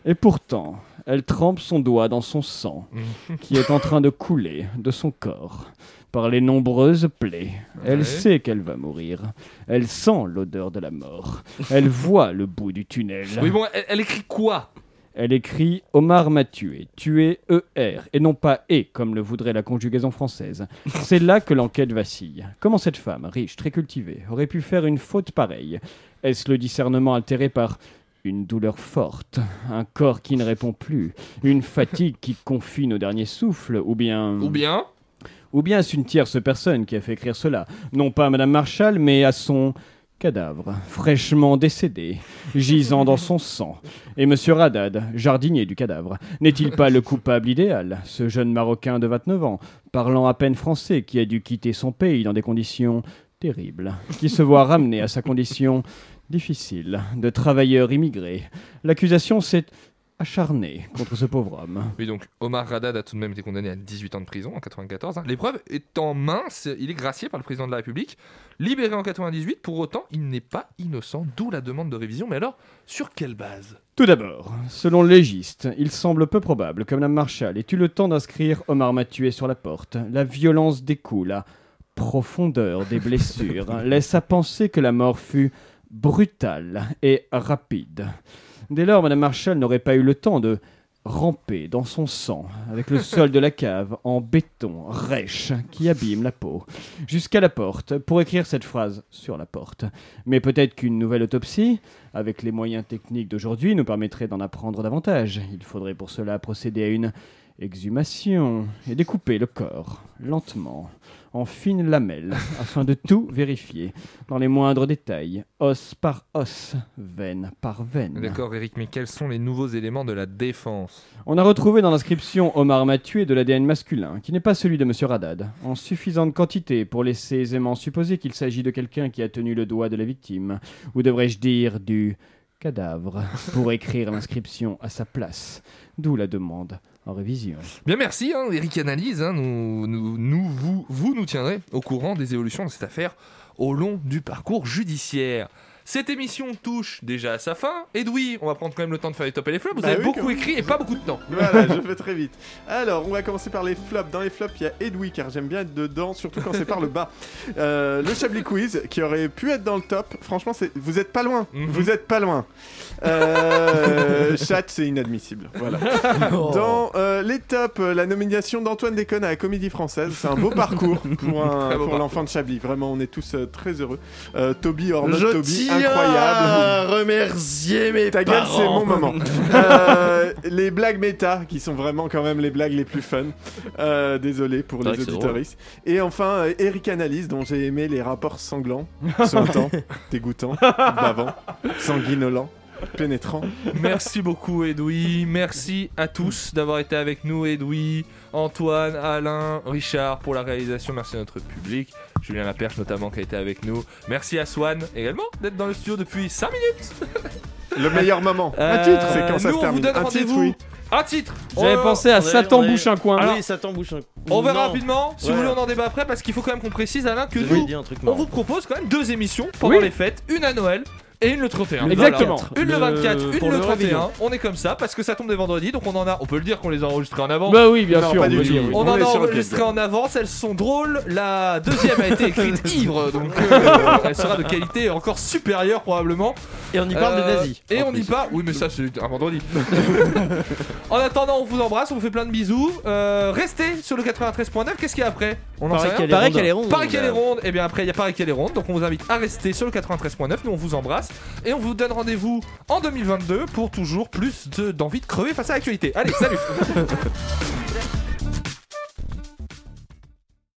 Et pourtant, elle trempe son doigt dans son sang, qui est en train de couler de son corps par les nombreuses plaies. Elle
Ouais.
sait qu'elle va mourir. Elle sent l'odeur de la mort. Elle voit le bout du tunnel.
Oui, bon, elle, elle écrit quoi
Elle écrit Omar m'a tué, tué
E
ER, et non pas E, comme le voudrait la conjugaison française. C'est là que l'enquête vacille. Comment cette femme, riche, très cultivée, aurait pu faire une faute pareille Est-ce le discernement altéré par
Une douleur forte, un corps qui ne répond plus, une fatigue qui confine au dernier souffle, ou bien...
Ou bien
Ou bien c'est une tierce personne qui a fait écrire cela, non pas à Madame Marshall, mais à son cadavre, fraîchement décédé, gisant dans son sang. Et Monsieur Haddad, jardinier du cadavre, n'est-il pas le coupable idéal, ce jeune Marocain de 29 ans, parlant à peine français, qui a dû quitter son pays dans des conditions terribles, qui se voit ramené à sa condition difficile de travailleur immigré L'accusation s'est acharnée contre ce pauvre homme.
Oui, donc Omar Haddad a tout de même été condamné à 18 ans de prison en 94. hein. L'épreuve étant mince, il est gracié par le président de la République, libéré en 98. Pour autant, il n'est pas innocent, d'où la demande de révision. Mais alors, sur quelle base
Tout d'abord, selon le légiste, il semble peu probable que Mme Marshall ait eu le temps d'inscrire Omar Mathieu sur la porte. La violence des coups, la profondeur des blessures laisse à penser que la mort fut brutale et rapide. Dès lors, Mme Marshall n'aurait pas eu le temps de ramper dans son sang avec le sol de la cave en béton rêche qui abîme la peau jusqu'à la porte pour écrire cette phrase sur la porte. Mais peut-être qu'une nouvelle autopsie, avec les moyens techniques d'aujourd'hui, nous permettrait d'en apprendre davantage. Il faudrait pour cela procéder à une exhumation et découper le corps lentement en fines lamelles afin de tout vérifier dans les moindres détails, os par os, veine par veine.
D'accord, Eric, mais quels sont les nouveaux éléments de la défense
On a retrouvé dans l'inscription Omar m'a tué de l'ADN masculin, qui n'est pas celui de Monsieur Haddad, en suffisante quantité pour laisser aisément supposer qu'il s'agit de quelqu'un qui a tenu le doigt de la victime, ou devrais-je dire du cadavre, pour écrire l'inscription à sa place, d'où la demande en révision.
Bien merci, hein, Eric Analyse, hein, nous, nous, nous- vous, vous nous tiendrez au courant des évolutions de cette affaire au long du parcours judiciaire. Cette émission touche déjà à sa fin. Edoui, on va prendre quand même le temps de faire les tops et les flops. Vous
Bah
avez
oui,
beaucoup
quand-
écrit et pas beaucoup de temps.
Voilà, je fais très vite. Alors, on va commencer par les flops. Dans les flops, il y a Edoui, car j'aime bien être dedans, surtout quand c'est par le bas. Euh, le Chablis Quiz, qui aurait pu être dans le top. Franchement, c'est... vous êtes pas loin.
Mhm.
Vous êtes pas loin. Euh, Chat, c'est inadmissible. Voilà.
Oh.
Dans euh, les tops, euh, la nomination d'Antoine Déconne à la Comédie Française. C'est un beau parcours pour, un-
Très beau
pour
parcours.
l'enfant de Chablis. Vraiment, on est tous euh, très heureux. Euh, Toby, hors
Je
note Toby,
tiens à
incroyable.
remercier mes
Ta gueule, c'est
parents.
mon moment. Euh, les blagues méta, qui sont vraiment quand même les blagues les plus fun. Euh, désolé pour
C'est vrai
les
que c'est
auditoristes. Et enfin, euh, Eric Analyse, dont j'ai aimé les rapports sanglants, sautants, dégoûtants, d'avant, sanguinolents, pénétrants.
Merci beaucoup Edoui, merci à tous d'avoir été avec nous Edoui, Antoine, Alain, Richard pour la réalisation, merci à notre public, Julien Laperche notamment qui a été avec nous, merci à Swan également d'être dans le studio depuis 5 minutes.
Le meilleur moment.
Euh,
un titre, c'est quand ça
nous,
se
on
termine.
vous donne
un titre,
rendez-vous.
oui.
Un titre
J'avais
Oh,
pensé à
on
Satan
on
Bouche un coin.
Alors,
Oui,
Satan Bouche un coin.
On verra
Non.
rapidement, si
Ouais.
vous voulez on en débat après parce qu'il faut quand même qu'on précise Alain que
Je voulais
nous,
dire un truc
on
marrant.
vous propose quand même deux émissions pendant
Oui.
les fêtes, une à Noël. Et une le 31.
Le Exactement. 24.
Une le
Le-
24, une
pour
le
le
31.
réveillon.
On est comme ça parce que ça tombe des vendredis, donc on en a. On peut le dire qu'on les a enregistrés en avance.
Bah oui, bien sûr,
pas
on
du
peut
tout.
le dire.
On,
On
en
est
a
sur le
enregistré
pied.
en avance. Elles sont drôles. La deuxième a été écrite ivre, donc euh, elle sera de qualité encore supérieure probablement. Euh,
Euh, Et on y parle des nazis,
Et on y parle. Oui, mais ça c'est un vendredi. En attendant, on vous embrasse, on vous fait plein de bisous. Euh, restez sur le 93.9. Qu'est-ce qu'il y a après On en
Paris
sait rien
qu'elle est Paris ronde. qu'elle est ronde.
Paris qu'elle est ronde. Et Eh bien après, il y a Paris qu'elle est ronde. Donc on vous invite à rester sur le 93.9. Nous, on vous embrasse. Et on vous donne rendez-vous en 2022 pour toujours plus de- d'envie de crever face à l'actualité. Allez, salut